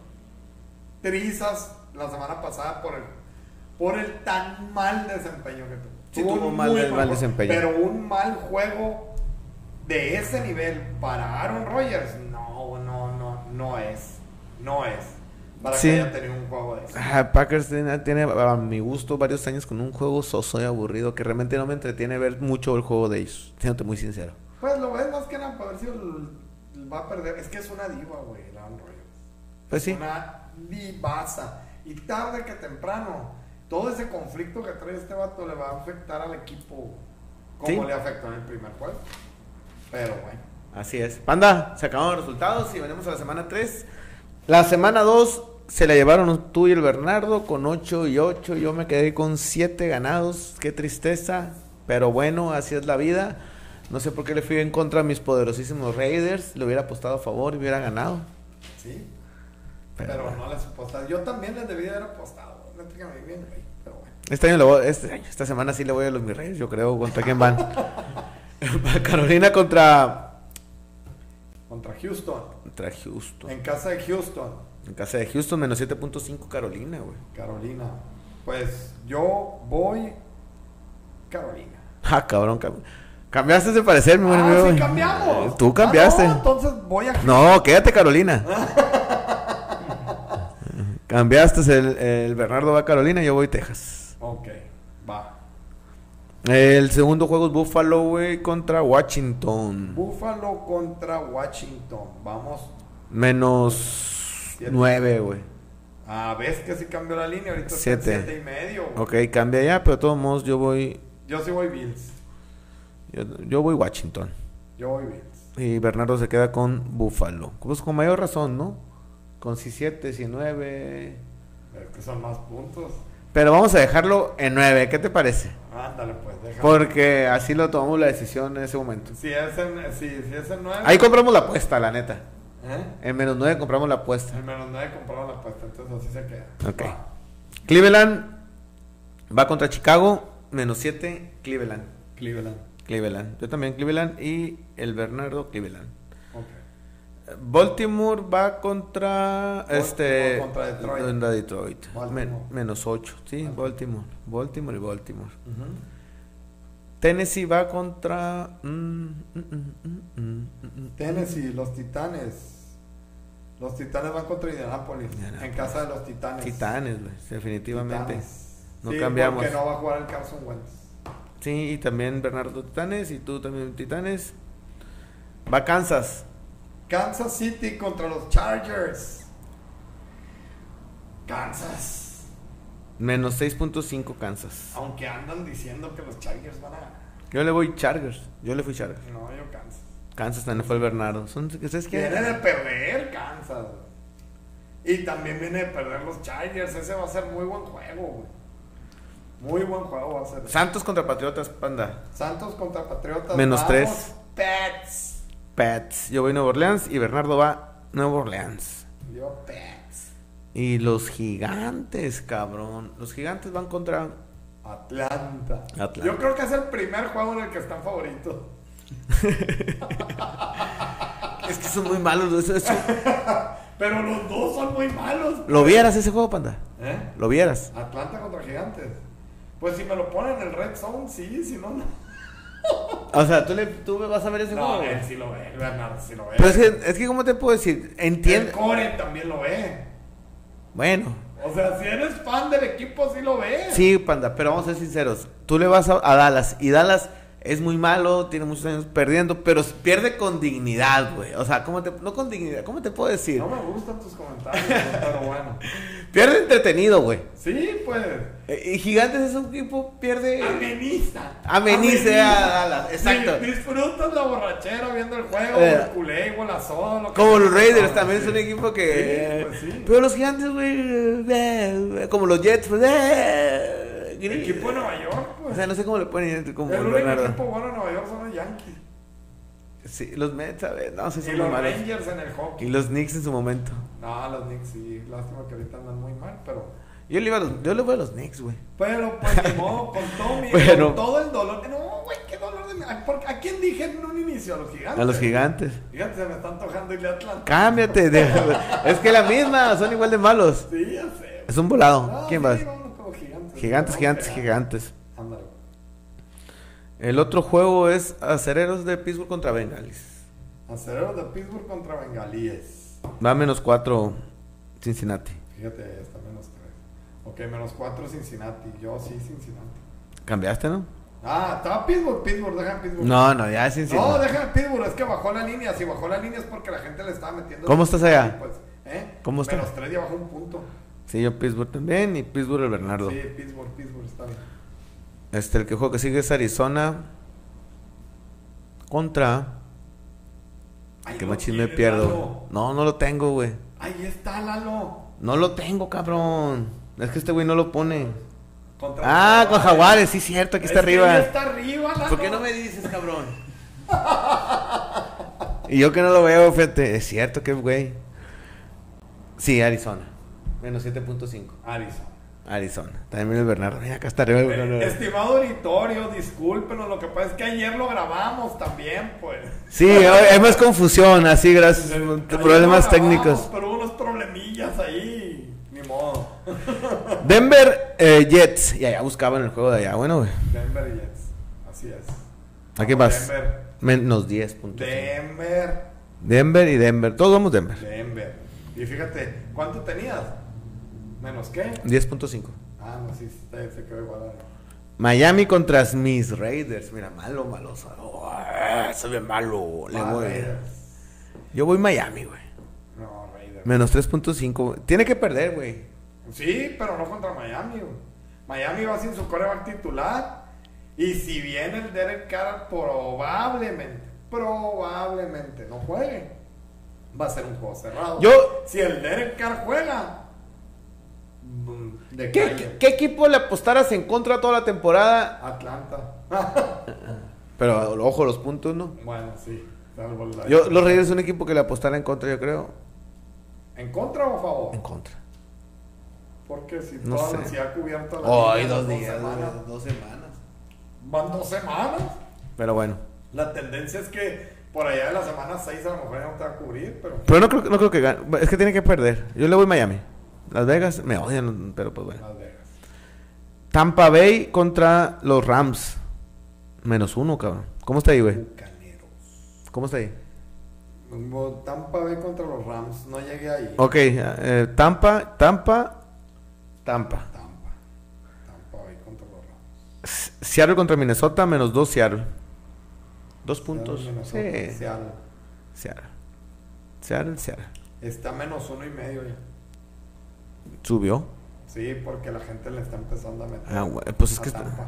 [SPEAKER 2] trizas la semana pasada por el, por el tan mal desempeño que tuvo.
[SPEAKER 1] Sí, tuvo
[SPEAKER 2] un
[SPEAKER 1] mal-
[SPEAKER 2] muy
[SPEAKER 1] mal
[SPEAKER 2] juego,
[SPEAKER 1] desempeño.
[SPEAKER 2] Pero un mal juego de ese nivel para Aaron Rodgers, no, no, no, no es. No es. Para
[SPEAKER 1] Sí.
[SPEAKER 2] que haya tenido un juego de eso.
[SPEAKER 1] Ah, Packers tiene, tiene, a mi gusto varios años con un juego soso y aburrido que realmente no me entretiene ver mucho el juego de ellos, siéndote muy sincero.
[SPEAKER 2] Pues lo ves más que nada para ver si el- va a perder. Es que es una diva, güey, el Aaron Rodgers.
[SPEAKER 1] Pues sí.
[SPEAKER 2] Una divaza. Y tarde que temprano, todo ese conflicto que trae este vato le va a afectar al equipo como
[SPEAKER 1] Sí.
[SPEAKER 2] le afectó en el primer juego. Pero bueno.
[SPEAKER 1] Así es. Panda, se acabaron los resultados y venimos a la semana 3. La semana 2 se la llevaron tú y el Bernardo con 8 y 8. Yo me quedé con 7 ganados. Qué tristeza. Pero bueno, así es la vida. No sé por qué le fui en contra a mis poderosísimos Raiders. Le hubiera apostado a favor y hubiera ganado.
[SPEAKER 2] Sí,
[SPEAKER 1] Pero
[SPEAKER 2] pero,
[SPEAKER 1] bueno.
[SPEAKER 2] no les apostado. Yo también les debí haber apostado. Neta que me vi bien, güey. Pero bueno.
[SPEAKER 1] Este año, le voy- este año- esta semana sí le voy a los mis Raiders, yo creo. ¿Contra quién
[SPEAKER 2] [LAUGHS]
[SPEAKER 1] van? Carolina contra,
[SPEAKER 2] Contra Houston.
[SPEAKER 1] contra Houston.
[SPEAKER 2] En casa de Houston.
[SPEAKER 1] En casa de Houston, menos 7.5 Carolina, güey. [LAUGHS]
[SPEAKER 2] Carolina. Pues yo voy Carolina.
[SPEAKER 1] Ah, cabrón, cam- cambiaste de parecer, mi buen
[SPEAKER 2] ah,
[SPEAKER 1] amigo.
[SPEAKER 2] sí cambiamos.
[SPEAKER 1] Tú cambiaste.
[SPEAKER 2] Ah, no,
[SPEAKER 1] no,
[SPEAKER 2] entonces voy a.
[SPEAKER 1] quédate,
[SPEAKER 2] [LAUGHS]
[SPEAKER 1] Carolina. cambiaste, el, el Bernardo va a Carolina, yo voy a Texas.
[SPEAKER 2] Ok, va.
[SPEAKER 1] El segundo juego es Buffalo, güey, contra Washington.
[SPEAKER 2] Buffalo contra Washington. Vamos.
[SPEAKER 1] Menos
[SPEAKER 2] Siete.
[SPEAKER 1] 9, güey.
[SPEAKER 2] Ah, ves que sí cambió la línea. Ahorita está en
[SPEAKER 1] Siete.
[SPEAKER 2] siete y medio. güey.
[SPEAKER 1] Ok, cambia ya, pero de todos modos yo voy,
[SPEAKER 2] Yo sí voy Bills.
[SPEAKER 1] yo, yo voy Washington.
[SPEAKER 2] Yo voy Bills.
[SPEAKER 1] Y Bernardo se queda con Buffalo. Pues con mayor razón, ¿no? Con 17, 19...
[SPEAKER 2] Es que son más puntos.
[SPEAKER 1] Pero vamos a dejarlo en 9, ¿qué te parece?
[SPEAKER 2] Ándale, pues, déjame.
[SPEAKER 1] Porque así lo tomamos la decisión en ese momento.
[SPEAKER 2] Si es en, si, si es en nueve.
[SPEAKER 1] Ahí compramos la apuesta, la neta.
[SPEAKER 2] ¿Eh?
[SPEAKER 1] En menos 9 compramos la apuesta.
[SPEAKER 2] En menos nueve compraron la apuesta, entonces así se queda.
[SPEAKER 1] Ok.
[SPEAKER 2] Va.
[SPEAKER 1] Cleveland va contra Chicago, menos 7, Cleveland.
[SPEAKER 2] Cleveland.
[SPEAKER 1] Cleveland. Yo también Cleveland y el Bernardo Cleveland.
[SPEAKER 2] Ok.
[SPEAKER 1] Baltimore va contra
[SPEAKER 2] Baltimore
[SPEAKER 1] este
[SPEAKER 2] contra Detroit.
[SPEAKER 1] contra Detroit.
[SPEAKER 2] Baltimore.
[SPEAKER 1] Men- menos 8, sí,
[SPEAKER 2] Baltimore.
[SPEAKER 1] Baltimore. Baltimore y Baltimore. Tennessee va contra mm, mm, mm, mm, mm, mm, mm.
[SPEAKER 2] Tennessee, los Titanes. Los Titanes van contra Indianapolis. En
[SPEAKER 1] Indianapolis.
[SPEAKER 2] casa de los Titanes.
[SPEAKER 1] Titanes, güey, definitivamente.
[SPEAKER 2] Titanes.
[SPEAKER 1] No
[SPEAKER 2] Sí,
[SPEAKER 1] cambiamos.
[SPEAKER 2] Porque no va a jugar el Carson Wentz.
[SPEAKER 1] Sí, y también Bernardo Titanes y tú también Titanes. Va Kansas.
[SPEAKER 2] Kansas City contra los Chargers. Kansas.
[SPEAKER 1] Menos 6.5 Kansas.
[SPEAKER 2] Aunque andan diciendo que los Chargers van a ganar.
[SPEAKER 1] Yo le voy Chargers. Yo le fui Chargers.
[SPEAKER 2] No, yo Kansas.
[SPEAKER 1] Kansas también fue el Bernardo. Son, ¿Ustedes quién?
[SPEAKER 2] Viene de perder Kansas. Y también viene de perder los Chargers. Ese va a ser muy buen juego, güey. Muy buen juego va a ser.
[SPEAKER 1] Santos contra Patriotas, panda.
[SPEAKER 2] Santos contra Patriotas.
[SPEAKER 1] Menos
[SPEAKER 2] Vamos,
[SPEAKER 1] tres.
[SPEAKER 2] Pets.
[SPEAKER 1] Pats. Yo voy a Nueva Orleans y Bernardo va a Nueva Orleans.
[SPEAKER 2] Yo Pets.
[SPEAKER 1] Y los gigantes, cabrón. Los gigantes van contra
[SPEAKER 2] Atlanta.
[SPEAKER 1] Atlanta.
[SPEAKER 2] Yo creo que es el primer juego en el que están favoritos.
[SPEAKER 1] Es que son muy malos. eso- eso-
[SPEAKER 2] Pero los dos son muy malos.
[SPEAKER 1] ¿Lo vieras ese juego, panda?
[SPEAKER 2] ¿Eh?
[SPEAKER 1] lo vieras.
[SPEAKER 2] Atlanta contra Gigantes. Pues si me lo ponen en el Red Zone, sí, si no, no.
[SPEAKER 1] O sea, tú, le, tú vas a ver ese juego.
[SPEAKER 2] No,
[SPEAKER 1] güey?
[SPEAKER 2] él sí lo ve, Bernardo sí lo ve.
[SPEAKER 1] Pero es que, es que, ¿cómo te puedo decir?
[SPEAKER 2] el
[SPEAKER 1] Entiendo.
[SPEAKER 2] Core también lo ve.
[SPEAKER 1] Bueno,
[SPEAKER 2] O sea, si eres fan del equipo, sí lo ve.
[SPEAKER 1] sí, panda, pero vamos a ser sinceros. Tú le vas a, a Dallas y Dallas es muy malo, tiene muchos años perdiendo, pero pierde con dignidad, güey. O sea, ¿cómo te, no con dignidad, ¿cómo te puedo decir?
[SPEAKER 2] No me gustan tus comentarios, pero bueno.
[SPEAKER 1] Pierde entretenido, güey.
[SPEAKER 2] Sí, pues.
[SPEAKER 1] Eh, Y Gigantes es un equipo, pierde...
[SPEAKER 2] Ameniza.
[SPEAKER 1] Amenice a Dallas, exacto.
[SPEAKER 2] Sí, disfrutas la borrachera viendo el juego,
[SPEAKER 1] Eh.
[SPEAKER 2] el culé, o la sola. lo que
[SPEAKER 1] Como los
[SPEAKER 2] sea.
[SPEAKER 1] Raiders también
[SPEAKER 2] Sí.
[SPEAKER 1] es un equipo que.
[SPEAKER 2] Sí, pues sí.
[SPEAKER 1] Pero los gigantes, güey. eh, Como los Jets, pues. eh,
[SPEAKER 2] El
[SPEAKER 1] gris.
[SPEAKER 2] equipo de Nueva York,
[SPEAKER 1] O
[SPEAKER 2] pues.
[SPEAKER 1] sea, no sé cómo le ponen. Como
[SPEAKER 2] el único
[SPEAKER 1] Leonardo.
[SPEAKER 2] equipo bueno de Nueva York son los Yankees.
[SPEAKER 1] Sí, los Mets, a ver, No sé si
[SPEAKER 2] y
[SPEAKER 1] son muy
[SPEAKER 2] los
[SPEAKER 1] malos.
[SPEAKER 2] Rangers en el hockey.
[SPEAKER 1] Y los Knicks en su momento.
[SPEAKER 2] No, los Knicks sí. Lástima que ahorita andan muy mal, pero.
[SPEAKER 1] Yo le, iba a los, yo le voy a los Knicks, güey.
[SPEAKER 2] Pero
[SPEAKER 1] [LAUGHS]
[SPEAKER 2] pues ni modo, con todo mi,
[SPEAKER 1] Pero-
[SPEAKER 2] con todo el dolor. No, güey, qué dolor de mi- ¿A, por- ¿A quién dije en un inicio? A los gigantes.
[SPEAKER 1] A los gigantes.
[SPEAKER 2] Fíjate, se me están tocando irle a Atlanta.
[SPEAKER 1] Cámbiate. de- [LAUGHS] es que la misma, son igual de malos.
[SPEAKER 2] Sí, ya sé.
[SPEAKER 1] Es un volado.
[SPEAKER 2] No,
[SPEAKER 1] ¿Quién
[SPEAKER 2] sí,
[SPEAKER 1] va?
[SPEAKER 2] vámonos con los gigantes.
[SPEAKER 1] Gigantes,
[SPEAKER 2] Vamos
[SPEAKER 1] gigantes,
[SPEAKER 2] pegando.
[SPEAKER 1] gigantes.
[SPEAKER 2] Ándale.
[SPEAKER 1] El otro juego es Acereros de Pittsburgh contra Bengalis.
[SPEAKER 2] Acereros de Pittsburgh contra Bengalíes.
[SPEAKER 1] Va menos cuatro Cincinnati.
[SPEAKER 2] Fíjate, está menos tres. Ok, menos cuatro Cincinnati. Yo sí, Cincinnati.
[SPEAKER 1] ¿Cambiaste, no?
[SPEAKER 2] Ah, estaba Pittsburgh, Pittsburgh, deja Pittsburgh.
[SPEAKER 1] No, no, ya es Cincinnati.
[SPEAKER 2] No, deja Pittsburgh, es que bajó la línea. Si bajó la línea es porque la gente le estaba metiendo.
[SPEAKER 1] ¿Cómo estás allá?
[SPEAKER 2] Pues, ¿eh?
[SPEAKER 1] ¿Cómo estás?
[SPEAKER 2] Menos tres ya bajó un punto.
[SPEAKER 1] Sí, yo Pittsburgh también y Pittsburgh el Bernardo.
[SPEAKER 2] Sí, Pittsburgh, Pittsburgh, está bien.
[SPEAKER 1] Este, el que juego que sigue es Arizona contra...
[SPEAKER 2] Ahí
[SPEAKER 1] Qué
[SPEAKER 2] lo
[SPEAKER 1] machín me
[SPEAKER 2] tienes,
[SPEAKER 1] pierdo.
[SPEAKER 2] Lalo.
[SPEAKER 1] No, no lo tengo, güey.
[SPEAKER 2] Ahí está Lalo.
[SPEAKER 1] No lo tengo, cabrón. Es que este güey no lo pone.
[SPEAKER 2] Contra
[SPEAKER 1] Ah, con Jaguares, sí, cierto, aquí está
[SPEAKER 2] Es que ya
[SPEAKER 1] arriba.
[SPEAKER 2] está arriba, Lalo.
[SPEAKER 1] ¿Por qué no me dices, cabrón? y yo que no lo veo, fíjate. Es cierto que, güey. Sí, Arizona. Menos 7.5.
[SPEAKER 2] Arizona.
[SPEAKER 1] Arizona. También el Bernardo. Mira, acá está arriba el Bernardo.
[SPEAKER 2] Eh, Estimado auditorio, discúlpenos, lo que pasa es que ayer lo grabamos también, pues.
[SPEAKER 1] Sí, hay más confusión, así, gracias. Problemas
[SPEAKER 2] Ayer lo grabamos,
[SPEAKER 1] técnicos.
[SPEAKER 2] Pero hubo unos problemillas ahí, ni modo.
[SPEAKER 1] Denver eh, Jets. Y allá buscaban el juego de allá. Bueno, güey.
[SPEAKER 2] Denver Jets, así es.
[SPEAKER 1] ¿A qué vas?
[SPEAKER 2] Denver,
[SPEAKER 1] Menos 10 puntos.
[SPEAKER 2] Denver,
[SPEAKER 1] Denver y Denver. Todos vamos Denver.
[SPEAKER 2] Denver. Y fíjate, ¿cuánto tenías? ¿Menos qué?
[SPEAKER 1] 10.5.
[SPEAKER 2] Ah, no, sí, se se quedó igual.
[SPEAKER 1] Miami contra mis Raiders. Mira, malo, malo. Se ve malo. Le
[SPEAKER 2] Ah,
[SPEAKER 1] voy.
[SPEAKER 2] Raiders.
[SPEAKER 1] Yo voy Miami, güey.
[SPEAKER 2] No, Raiders.
[SPEAKER 1] Menos 3.5. güey. Tiene que perder, güey.
[SPEAKER 2] Sí, pero no contra Miami. güey. Miami va sin su coreback titular. Y si viene el Derek Carr, probablemente, probablemente no juegue. Va a ser un juego cerrado.
[SPEAKER 1] Yo-
[SPEAKER 2] si el Derek Carr juega, mm, de
[SPEAKER 1] ¿Qué,
[SPEAKER 2] calle.
[SPEAKER 1] qué- qué equipo le apostaras en contra toda la temporada?
[SPEAKER 2] Atlanta. [LAUGHS]
[SPEAKER 1] Pero ojo, los puntos, ¿no?
[SPEAKER 2] bueno, sí. salvo la-
[SPEAKER 1] Yo, los Raiders es un equipo que le apostará en contra, yo creo.
[SPEAKER 2] ¿En contra o a favor?
[SPEAKER 1] En contra.
[SPEAKER 2] Porque si
[SPEAKER 1] No
[SPEAKER 2] toda
[SPEAKER 1] sé.
[SPEAKER 2] la ciudad cubierta la
[SPEAKER 1] Hoy,
[SPEAKER 2] liga,
[SPEAKER 1] Oh, dos días,
[SPEAKER 2] semanas.
[SPEAKER 1] güey, dos semanas.
[SPEAKER 2] Van dos semanas.
[SPEAKER 1] Pero bueno.
[SPEAKER 2] La tendencia es que por allá de la semana 6 a lo mejor ya no te va a cubrir, pero
[SPEAKER 1] Pero no creo, no creo que gane. Es que tiene que perder. Yo le voy a Miami. Las Vegas me odian, pero pues bueno.
[SPEAKER 2] Las Vegas.
[SPEAKER 1] Tampa Bay contra los Rams. Menos uno, cabrón. ¿Cómo está ahí, güey?
[SPEAKER 2] Bucaneros.
[SPEAKER 1] ¿Cómo está ahí?
[SPEAKER 2] Hubo Tampa Bay contra los Rams. No llegué ahí.
[SPEAKER 1] Ok, eh, Tampa, Tampa, Tampa.
[SPEAKER 2] Tampa. Tampa Bay contra los Rams.
[SPEAKER 1] S- Seattle contra Minnesota, menos dos Seattle. Dos puntos.
[SPEAKER 2] Seattle, Minnesota,
[SPEAKER 1] Sí.
[SPEAKER 2] Seattle.
[SPEAKER 1] Seattle. Seattle, Seattle.
[SPEAKER 2] Está menos uno y medio ya.
[SPEAKER 1] Subió.
[SPEAKER 2] Sí, porque la gente le está empezando a meter.
[SPEAKER 1] Ah, güey, pues es
[SPEAKER 2] a
[SPEAKER 1] que está-
[SPEAKER 2] Tampa.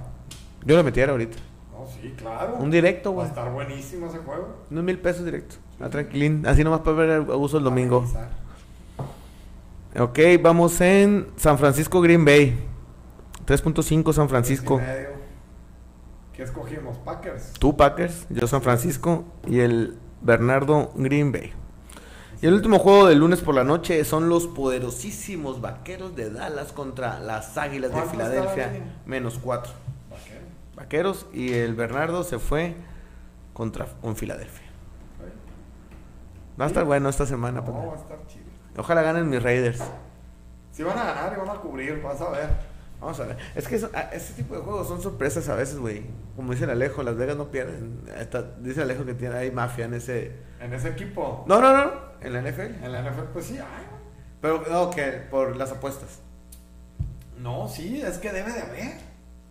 [SPEAKER 1] Yo lo metiera ahorita.
[SPEAKER 2] No, sí, claro.
[SPEAKER 1] Un directo,
[SPEAKER 2] Va
[SPEAKER 1] güey.
[SPEAKER 2] a estar buenísimo ese juego.
[SPEAKER 1] Unos mil pesos directo. A tranquilín. Así nomás para ver a gusto el domingo.
[SPEAKER 2] Para analizar.
[SPEAKER 1] Ok, vamos en San Francisco, Green Bay. 3.5 San Francisco.
[SPEAKER 2] Tres y medio. ¿Qué escogimos? Packers.
[SPEAKER 1] Tú, Packers. Yo, San Francisco. Y el Bernardo, Green Bay. Y el último juego del lunes por la noche son los poderosísimos vaqueros de Dallas contra las águilas de
[SPEAKER 2] ¿Cuánto está la
[SPEAKER 1] Filadelfia.
[SPEAKER 2] línea?
[SPEAKER 1] Menos cuatro.
[SPEAKER 2] Vaquero.
[SPEAKER 1] Vaqueros. Y el Bernardo se fue contra un Filadelfia. Va a estar bueno esta semana.
[SPEAKER 2] No,
[SPEAKER 1] pues.
[SPEAKER 2] va a estar chido.
[SPEAKER 1] Ojalá ganen mis Raiders.
[SPEAKER 2] Si van a ganar y van a cubrir, vas a ver.
[SPEAKER 1] Vamos a ver. Es que eso- a- este tipo de juegos son sorpresas a veces, güey. Como dice el Alejo, Las Vegas no pierden. Está- dice el Alejo que tiene, hay mafia en ese.
[SPEAKER 2] En ese equipo,
[SPEAKER 1] No, no, no. En la NFL.
[SPEAKER 2] en la NFL, pues sí, hay, güey.
[SPEAKER 1] Pero no, que por las apuestas.
[SPEAKER 2] No, sí, es que debe de haber.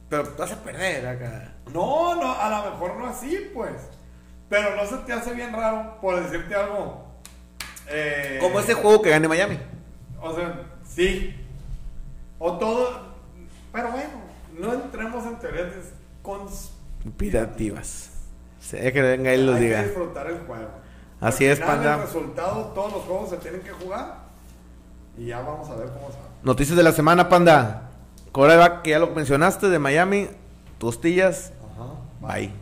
[SPEAKER 1] Pero vas a perder acá.
[SPEAKER 2] No, no, a lo mejor no así, pues. Pero no se te hace bien raro, por decirte algo. Eh,
[SPEAKER 1] Como ese juego que gane Miami.
[SPEAKER 2] O sea, sí. O todo. Pero bueno, no entremos en teorías de cons-
[SPEAKER 1] Pirativas. Sé que venga él los
[SPEAKER 2] Hay
[SPEAKER 1] diga.
[SPEAKER 2] que disfrutar el juego.
[SPEAKER 1] Así
[SPEAKER 2] Al
[SPEAKER 1] es,
[SPEAKER 2] final,
[SPEAKER 1] Panda.
[SPEAKER 2] El resultado, todos los juegos se tienen que jugar. Y ya vamos a ver cómo se va.
[SPEAKER 1] Noticias de la semana, Panda. Coreback, que ya lo mencionaste, de Miami. Tostillas. Bye.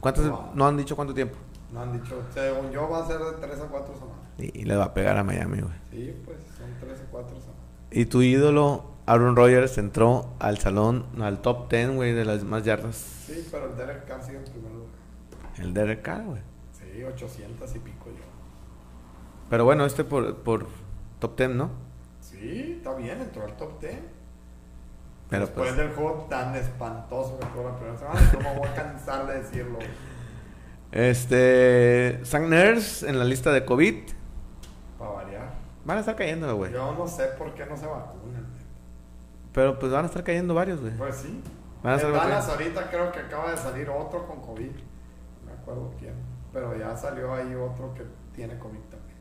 [SPEAKER 1] ¿Cuántos,
[SPEAKER 2] No.
[SPEAKER 1] no han dicho cuánto tiempo?
[SPEAKER 2] No han dicho. Según yo, va a ser de 3 a 4 semanas.
[SPEAKER 1] Y, y le va a pegar a Miami, güey.
[SPEAKER 2] Sí, pues son 3 a 4 semanas.
[SPEAKER 1] Y tu ídolo, Aaron Rodgers, entró al salón, al top 10, güey, de las más yardas.
[SPEAKER 2] Sí, pero el Derek Carr sigue en primer lugar.
[SPEAKER 1] El Derek Carr, güey.
[SPEAKER 2] Sí, 800 y pico yo.
[SPEAKER 1] Pero bueno, este por, por top 10, ¿no?
[SPEAKER 2] Sí, está bien, entró al top 10.
[SPEAKER 1] Pero
[SPEAKER 2] Después
[SPEAKER 1] pues,
[SPEAKER 2] del juego tan espantoso que fue la primera semana, no me voy a cansar de decirlo.
[SPEAKER 1] Este. Sam Nurse en la lista de COVID.
[SPEAKER 2] Para variar.
[SPEAKER 1] Van a estar cayendo, güey.
[SPEAKER 2] Yo no sé por qué no se vacunan.
[SPEAKER 1] Pero pues van a estar cayendo varios, güey.
[SPEAKER 2] Pues sí.
[SPEAKER 1] Van a
[SPEAKER 2] En
[SPEAKER 1] estar
[SPEAKER 2] Dallas
[SPEAKER 1] vacunados.
[SPEAKER 2] ahorita creo que acaba de salir otro con COVID. No me acuerdo quién. Pero ya salió ahí otro que tiene COVID también.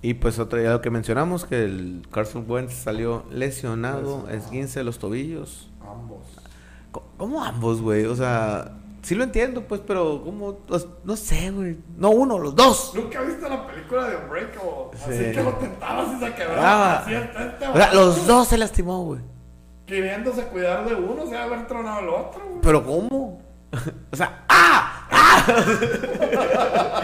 [SPEAKER 1] Y pues otro ya lo que mencionamos, que el Carson Wentz salió lesionado,
[SPEAKER 2] Lesionado.
[SPEAKER 1] esguince de los tobillos.
[SPEAKER 2] Ambos.
[SPEAKER 1] Co- ¿Cómo ambos, güey? O sea, sí lo entiendo, pues, pero ¿cómo? Pues, no sé, güey. No uno, los dos.
[SPEAKER 2] Nunca viste la película de Unbreakable.
[SPEAKER 1] Sí.
[SPEAKER 2] Así que lo tentabas y se quebraba.
[SPEAKER 1] Ah.
[SPEAKER 2] Así está este
[SPEAKER 1] O sea,
[SPEAKER 2] vato.
[SPEAKER 1] los dos se lastimó, güey.
[SPEAKER 2] queriéndose cuidar de uno, se va a haber tronado el otro, güey.
[SPEAKER 1] ¿Pero cómo? [LAUGHS] o sea, ¡ah! [LAUGHS] ¡ah!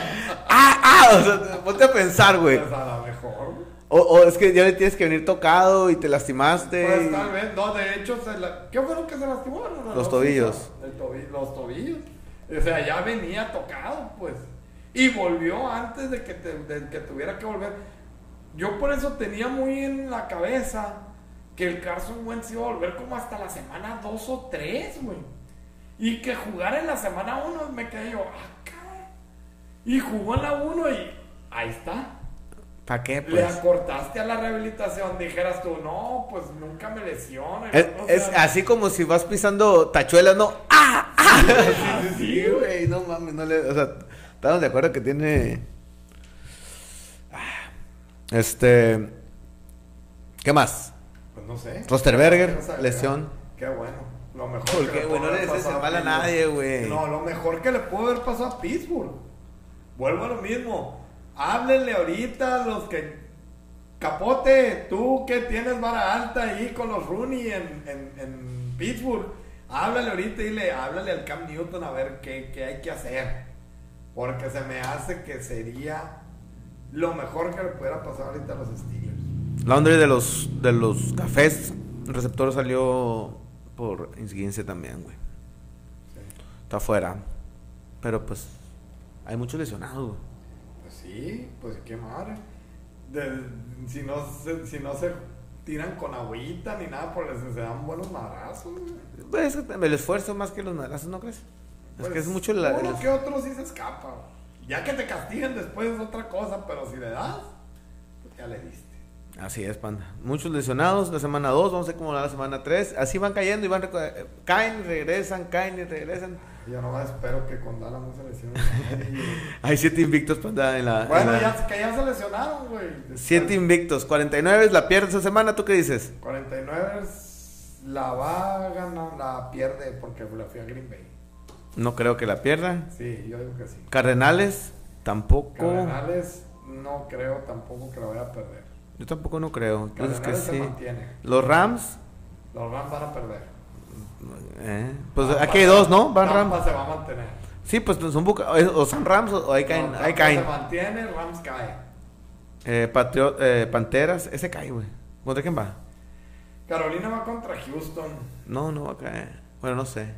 [SPEAKER 1] ¡ah! ¡ah! O sea, ponte a pensar, güey.
[SPEAKER 2] Pues a lo mejor. güey.
[SPEAKER 1] O, o es que ya le tienes que venir tocado y te lastimaste.
[SPEAKER 2] Pues
[SPEAKER 1] Este, y-
[SPEAKER 2] tal vez, no, de hecho, se la... ¿qué fue lo que se lastimó? No, no,
[SPEAKER 1] Los
[SPEAKER 2] no,
[SPEAKER 1] tobillos.
[SPEAKER 2] sí, no, el tobi- Los tobillos. O sea, ya venía tocado, pues. Y volvió antes de que, te- de que tuviera que volver. Yo por eso tenía muy en la cabeza que el Carson Wentz iba a volver como hasta la semana 2 o 3, güey. Y que jugar en la semana 1 me quedé yo, ah, cabrón. Y jugó en la 1 y ahí está.
[SPEAKER 1] ¿Para qué,
[SPEAKER 2] Le
[SPEAKER 1] pues?
[SPEAKER 2] acortaste a la rehabilitación, dijeras tú, no, pues nunca me lesiono.
[SPEAKER 1] Es,
[SPEAKER 2] O sea,
[SPEAKER 1] es así como si vas pisando tachuelas, ¿no? ¡Ah! ¡Ah!
[SPEAKER 2] sí, sí, sí,
[SPEAKER 1] Sí, güey, no mames, no le. O sea, estamos de acuerdo que tiene. Ah, Este. ¿Qué más?
[SPEAKER 2] Pues no sé.
[SPEAKER 1] Rosterberger,
[SPEAKER 2] Quiero saber.
[SPEAKER 1] lesión.
[SPEAKER 2] Qué bueno. Lo mejor
[SPEAKER 1] Porque,
[SPEAKER 2] pudo
[SPEAKER 1] güey, no le
[SPEAKER 2] haber
[SPEAKER 1] desees
[SPEAKER 2] pasado
[SPEAKER 1] el mal a
[SPEAKER 2] Pittsburgh.
[SPEAKER 1] nadie, güey.
[SPEAKER 2] No, lo mejor que le pudo haber pasado a Pittsburgh. Vuelvo a lo mismo. Háblenle ahorita a los que. Capote, tú que tienes vara alta ahí con los Rooney en, en, en Pittsburgh. Háblale ahorita y dile, háblale al Cam Newton a ver qué, qué hay que hacer. Porque se me hace que sería lo mejor que le pudiera pasar ahorita a los Steelers.
[SPEAKER 1] Laundry de los, de los cafés. El receptor salió por insguince también, güey.
[SPEAKER 2] Sí.
[SPEAKER 1] Está afuera. Pero pues. Hay muchos lesionados, güey.
[SPEAKER 2] Pues sí, pues qué madre. Del- si, no se, si no se tiran con agüita ni nada, pues les- se dan buenos madrazos. güey.
[SPEAKER 1] Pues, es que el esfuerzo más que los madrazos, ¿no crees? Es
[SPEAKER 2] Pues,
[SPEAKER 1] que es mucho la. el
[SPEAKER 2] Uno
[SPEAKER 1] es-
[SPEAKER 2] que otro sí se escapa. güey. Ya que te castigan después es otra cosa, pero si le das, pues ya le diste.
[SPEAKER 1] Así es, panda. Muchos lesionados, la semana 2, vamos a ver cómo va la semana 3. Así van cayendo y van. reco- eh, Caen, regresan, caen y regresan.
[SPEAKER 2] [LAUGHS] Yo nomás espero que con Dallas no se lesionen. a nadie.
[SPEAKER 1] Hay 7 invictos, panda, en la. en
[SPEAKER 2] bueno,
[SPEAKER 1] la-
[SPEAKER 2] ya, que ya se lesionaron, güey. Después,
[SPEAKER 1] 7 invictos, 49 la pierdes esa semana, ¿tú qué dices?
[SPEAKER 2] 49 es- la va a ganar, la pierde porque la fui a Green Bay.
[SPEAKER 1] No creo que la pierdan.
[SPEAKER 2] Sí, yo digo que sí.
[SPEAKER 1] Cardenales, tampoco.
[SPEAKER 2] Cardenales no creo tampoco que lo vaya a perder.
[SPEAKER 1] Yo tampoco no creo. Tú dices
[SPEAKER 2] Cardenales
[SPEAKER 1] que
[SPEAKER 2] se
[SPEAKER 1] sí.
[SPEAKER 2] mantiene.
[SPEAKER 1] Los Rams,
[SPEAKER 2] Los Rams van a perder.
[SPEAKER 1] eh, pues
[SPEAKER 2] Tampa-
[SPEAKER 1] aquí hay dos, ¿no? Van
[SPEAKER 2] Tampa
[SPEAKER 1] Rams.
[SPEAKER 2] se va a mantener.
[SPEAKER 1] Sí, pues son Buca- o son Rams o ahí caen.
[SPEAKER 2] No,
[SPEAKER 1] ahí
[SPEAKER 2] Tampa
[SPEAKER 1] caen.
[SPEAKER 2] Se mantiene, Rams cae.
[SPEAKER 1] Eh, Patriot- eh, Panteras, ese cae, güey. ¿Contra quién va?
[SPEAKER 2] Carolina va contra Houston.
[SPEAKER 1] No, no va a caer. Bueno, no sé.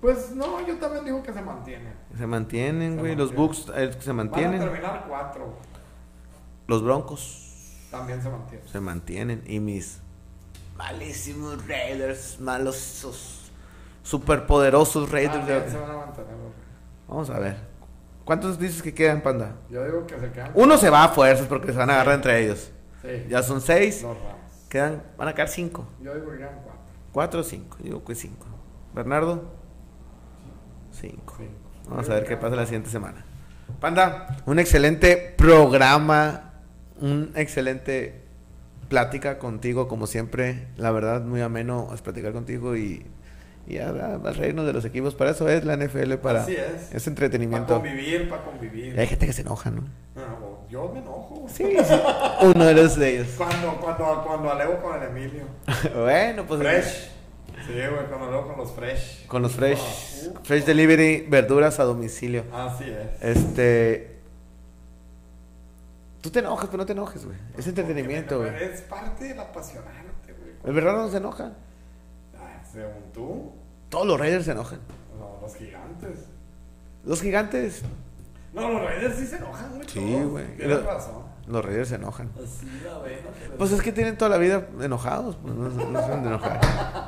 [SPEAKER 2] Pues no, yo también digo que se mantiene.
[SPEAKER 1] Se mantienen,
[SPEAKER 2] Se
[SPEAKER 1] güey. Los
[SPEAKER 2] mantienen.
[SPEAKER 1] Bucks eh, se
[SPEAKER 2] Van a
[SPEAKER 1] mantienen.
[SPEAKER 2] terminar cuatro.
[SPEAKER 1] Los Broncos.
[SPEAKER 2] También se mantiene.
[SPEAKER 1] Se mantienen. Y mis malísimos Raiders, malos, esos superpoderosos Raiders.
[SPEAKER 2] También Ah, se van a mantener. güey.
[SPEAKER 1] Vamos a ver. ¿Cuántos dices que quedan, panda?
[SPEAKER 2] Yo digo que se quedan.
[SPEAKER 1] Uno se va a fuerzas porque se van a agarrar entre ellos.
[SPEAKER 2] Sí.
[SPEAKER 1] Uh. Ya son seis.
[SPEAKER 2] Los Rams.
[SPEAKER 1] Quedan, van a quedar cinco.
[SPEAKER 2] Yo digo que quedan cuatro.
[SPEAKER 1] Cuatro o cinco. Digo que cinco. Bernardo. Cinco.
[SPEAKER 2] Sí.
[SPEAKER 1] Vamos
[SPEAKER 2] Yo
[SPEAKER 1] a ver
[SPEAKER 2] digo
[SPEAKER 1] qué
[SPEAKER 2] que
[SPEAKER 1] pasa la
[SPEAKER 2] quedan
[SPEAKER 1] siguiente semana. Panda, un excelente programa, un excelente plática contigo, como siempre. La verdad, muy ameno es platicar contigo y, y a, a- a reírnos de los equipos. Para eso es la NFL, para este
[SPEAKER 2] Así es.
[SPEAKER 1] ese
[SPEAKER 2] Para
[SPEAKER 1] entretenimiento.
[SPEAKER 2] convivir, para
[SPEAKER 1] Y
[SPEAKER 2] convivir.
[SPEAKER 1] hay gente que se enoja, ¿no?
[SPEAKER 2] No, yo me enojo. [LAUGHS]
[SPEAKER 1] Sí, sí. Uno eres de ellos.
[SPEAKER 2] Cuando, cuando, cuando alego con el Emilio.
[SPEAKER 1] bueno, pues.
[SPEAKER 2] Fresh. Sí, güey, cuando alego con los Fresh.
[SPEAKER 1] Con los Fresh.
[SPEAKER 2] Ah, uh.
[SPEAKER 1] Fresh Delivery, verduras a domicilio.
[SPEAKER 2] Así es.
[SPEAKER 1] Este. Tú te enojas, pero no te enojes, güey. Es entretenimiento,
[SPEAKER 2] Porque
[SPEAKER 1] güey.
[SPEAKER 2] me- Es parte del apasionante, güey.
[SPEAKER 1] El Bernardo no se enoja.
[SPEAKER 2] Ah, Según tú,
[SPEAKER 1] Todos los Raiders se enojan.
[SPEAKER 2] no, los gigantes.
[SPEAKER 1] Los gigantes.
[SPEAKER 2] No, los Raiders sí se enojan, güey.
[SPEAKER 1] Sí,
[SPEAKER 2] todos.
[SPEAKER 1] güey. Y
[SPEAKER 2] Tienes
[SPEAKER 1] lo-
[SPEAKER 2] razón.
[SPEAKER 1] Los Raiders se enojan.
[SPEAKER 2] Así la ven.
[SPEAKER 1] Pues es que tienen toda la vida enojados. Pues no, no se van de enojar.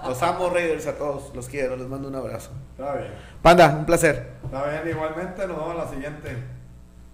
[SPEAKER 1] Los amo, Raiders, a todos. Los quiero. Les mando un abrazo.
[SPEAKER 2] Está bien.
[SPEAKER 1] Panda, un placer.
[SPEAKER 2] Está bien, igualmente nos vemos a la siguiente.